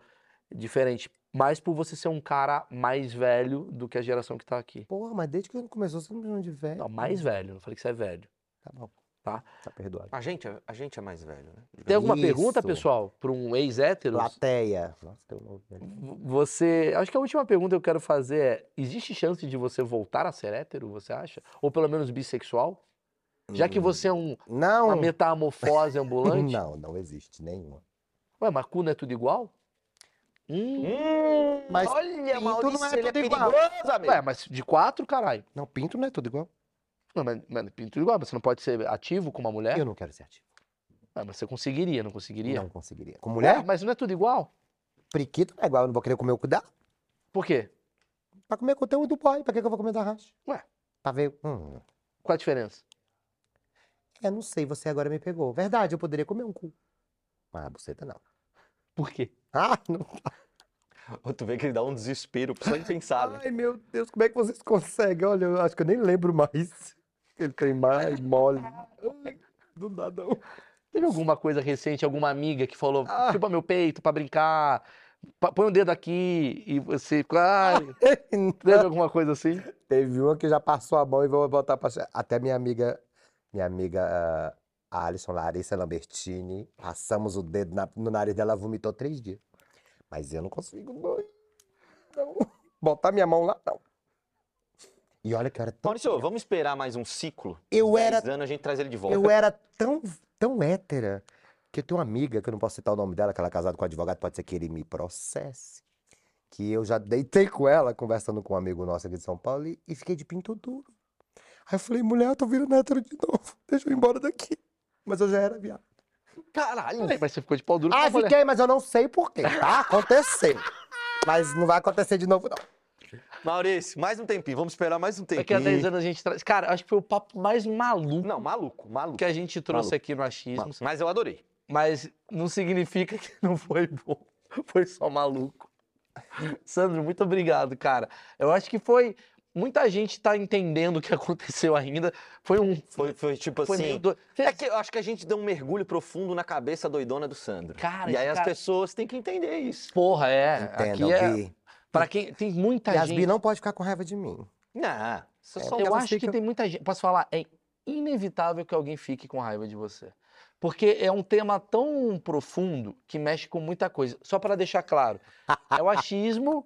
S1: diferente. mas por você ser um cara mais velho do que a geração que tá aqui.
S3: Porra, mas desde que ele começou, você não me chama de velho.
S1: Não, mais velho, não falei que você é velho.
S3: Tá bom.
S1: Tá.
S3: Tá perdoado.
S2: A gente, é- a gente é mais velho, né?
S1: Tem alguma
S3: Isso.
S1: pergunta, pessoal, pra um ex-hétero?
S3: Plateia. Nossa, tem um novo velho.
S1: V- Você. Acho que a última pergunta que eu quero fazer é: existe chance de você voltar a ser hétero, você acha? Ou pelo menos bissexual? Já que
S2: Hum.
S1: você é um, uma
S3: Não.
S1: metamorfose ambulante?
S3: Não, não existe nenhuma.
S1: Ué, mas cu não é tudo igual? Hum.
S2: Hum,
S3: Mas
S2: olha,
S3: pinto não é
S2: Maurício, ele é
S3: tudo igual.
S2: perigoso, amigo.
S1: Ué, mas de quatro, caralho.
S3: Não, pinto não é tudo igual.
S1: Não, mas, mas pinto igual, mas você não pode ser ativo com uma mulher?
S3: Eu não quero ser ativo.
S1: Ah, mas você conseguiria, não conseguiria?
S3: Não conseguiria. Com
S1: Ué,
S3: mulher,
S1: mas não é tudo igual?
S3: priquito não é igual. Eu não vou querer comer o cu dela.
S1: Por quê?
S3: Pra comer com o teu do pai. Pra que que eu vou comer da racha?
S1: Ué.
S3: Pra ver. Hum.
S1: Qual a diferença?
S3: É, não sei, você agora me pegou. Verdade, eu poderia comer um cu. Ah, buceta não.
S1: Por quê?
S3: Ah, não.
S2: Ô, Tu vê que ele dá um desespero só de pensar, né?
S3: Ai, meu Deus, como é que vocês conseguem? Olha, eu acho que eu nem lembro mais. Ele tem mais mole. Ai, um Não dá, não.
S1: Teve alguma coisa recente, alguma amiga que falou,
S3: Ah.
S1: chupa meu peito pra brincar, pa- põe o dedo aqui e você. Ai, teve alguma coisa assim?
S3: Teve uma que já passou a mão e vou voltar pra. che- Até minha amiga, minha amiga ah, a Alison Larissa Lambertini, passamos o dedo na- no nariz dela, ela vomitou três dias. Mas eu não consigo, não. Não. Botar minha mão lá, não. E olha que eu era tão.
S2: Maurício, vamos esperar mais um ciclo.
S3: Eu era
S2: Dez anos a gente traz ele de volta.
S3: Eu era tão, tão hétera que eu tenho uma amiga, que eu não posso citar o nome dela, que ela é casada com um advogado, pode ser que ele me processe. Que eu já deitei com ela, conversando com um amigo nosso aqui de São Paulo, e, e fiquei de pinto duro. Aí eu falei, mulher, eu tô virando hétero de novo, deixa eu ir embora daqui. Mas eu já era viado.
S2: Caralho,
S1: Peraí, mas você ficou de pau duro com
S3: Ah,
S1: a mulher.
S3: fiquei, mas eu não sei por quê, tá? Aconteceu. Mas não vai acontecer de novo, não.
S2: Maurício, mais um tempinho. Vamos esperar mais um tempinho.
S1: Daqui a 10 anos a gente traz. Cara, acho que foi o papo mais maluco
S2: Não, maluco, maluco.
S1: que a gente trouxe
S2: Maluco.
S1: aqui no Achismos,
S2: Mas eu adorei.
S1: mas não significa que não foi bom. Foi só maluco. Sandro, muito obrigado, cara. Eu acho que foi. Muita gente tá entendendo o que aconteceu ainda. Foi um.
S2: Foi, foi tipo
S1: Foi
S2: assim.
S1: meio doido.
S2: É que eu acho que a gente deu um mergulho profundo na cabeça doidona do Sandro.
S1: Cara,
S2: e aí
S1: esse
S2: as
S1: cara-
S2: pessoas têm que entender isso.
S1: Porra, é.
S3: Entendam
S1: aqui é.
S3: que
S1: Pra quem. Tem muita
S3: Yasmin
S1: gente.
S3: não pode ficar com raiva de mim.
S2: Não, isso é só
S1: Eu
S2: um-
S1: acho que
S3: ficam-
S1: tem muita gente. Posso falar? É inevitável que alguém fique com raiva de você. Porque é um tema tão profundo que mexe com muita coisa. Só para deixar claro, é o achismo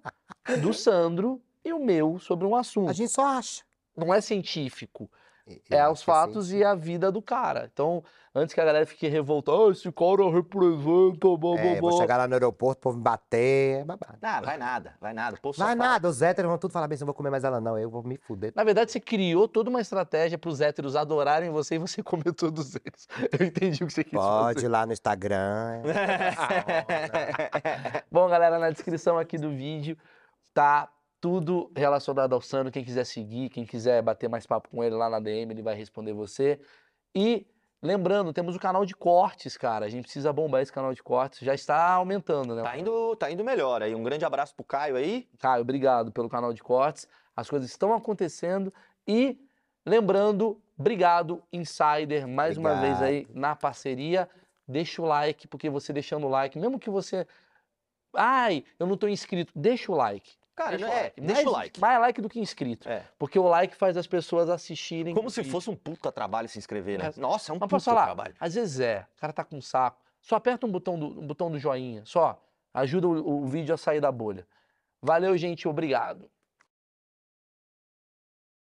S1: do Sandro e o meu sobre um
S3: A
S1: assunto.
S3: gente só acha.
S1: Não é científico.
S3: E- eu
S1: É
S3: acho
S1: os
S3: que assim,
S1: fatos e a vida do cara. Então, antes que a galera fique revoltada, "Ah, esse cara representa, blá, blá,
S3: É, vou
S1: blá."
S3: chegar lá no aeroporto, o povo me bater, é babado.
S2: Ah, vai nada, vai nada. O povo só
S3: Vai
S2: fala.
S3: nada, os héteros vão tudo falar bem, se eu vou comer mais ela não, eu vou me fuder.
S1: Na verdade, você criou toda uma estratégia para os héteros adorarem você e você comeu todos eles. Eu entendi o que você quis
S3: Pode
S1: fazer.
S3: ir lá no Instagram. é.
S1: Bom, galera, na descrição aqui do vídeo tá tudo relacionado ao Sandro. Quem quiser seguir, quem quiser bater mais papo com ele lá na DM, ele vai responder você. E lembrando, temos o canal de cortes, cara. A gente precisa bombar esse canal de cortes. Já está aumentando, né?
S2: Tá indo, tá indo melhor aí. Um grande abraço pro Caio aí.
S1: Caio, obrigado pelo canal de cortes. As coisas estão acontecendo. E lembrando, obrigado, Insider, mais uma vez aí na parceria. Deixa o like, porque você deixando o like, mesmo que você. Ai, eu não tô inscrito. Deixa o like.
S2: Cara,
S1: Deixa
S2: deixa
S1: o
S2: é,
S1: like.
S2: deixa o
S1: Mais-
S2: like.
S1: Mais like do que inscrito.
S2: É.
S1: Porque o like faz as pessoas assistirem.
S2: Como se
S1: e-
S2: fosse um puta trabalho se inscrever, né?
S1: Mas-
S2: Nossa, é um
S1: Mas
S2: puta
S1: posso falar?
S2: trabalho.
S1: Às vezes é. O cara tá com um saco. Só aperta um botão do, um botão do joinha. Só. Ajuda o- o vídeo a sair da bolha. Valeu, gente. Obrigado.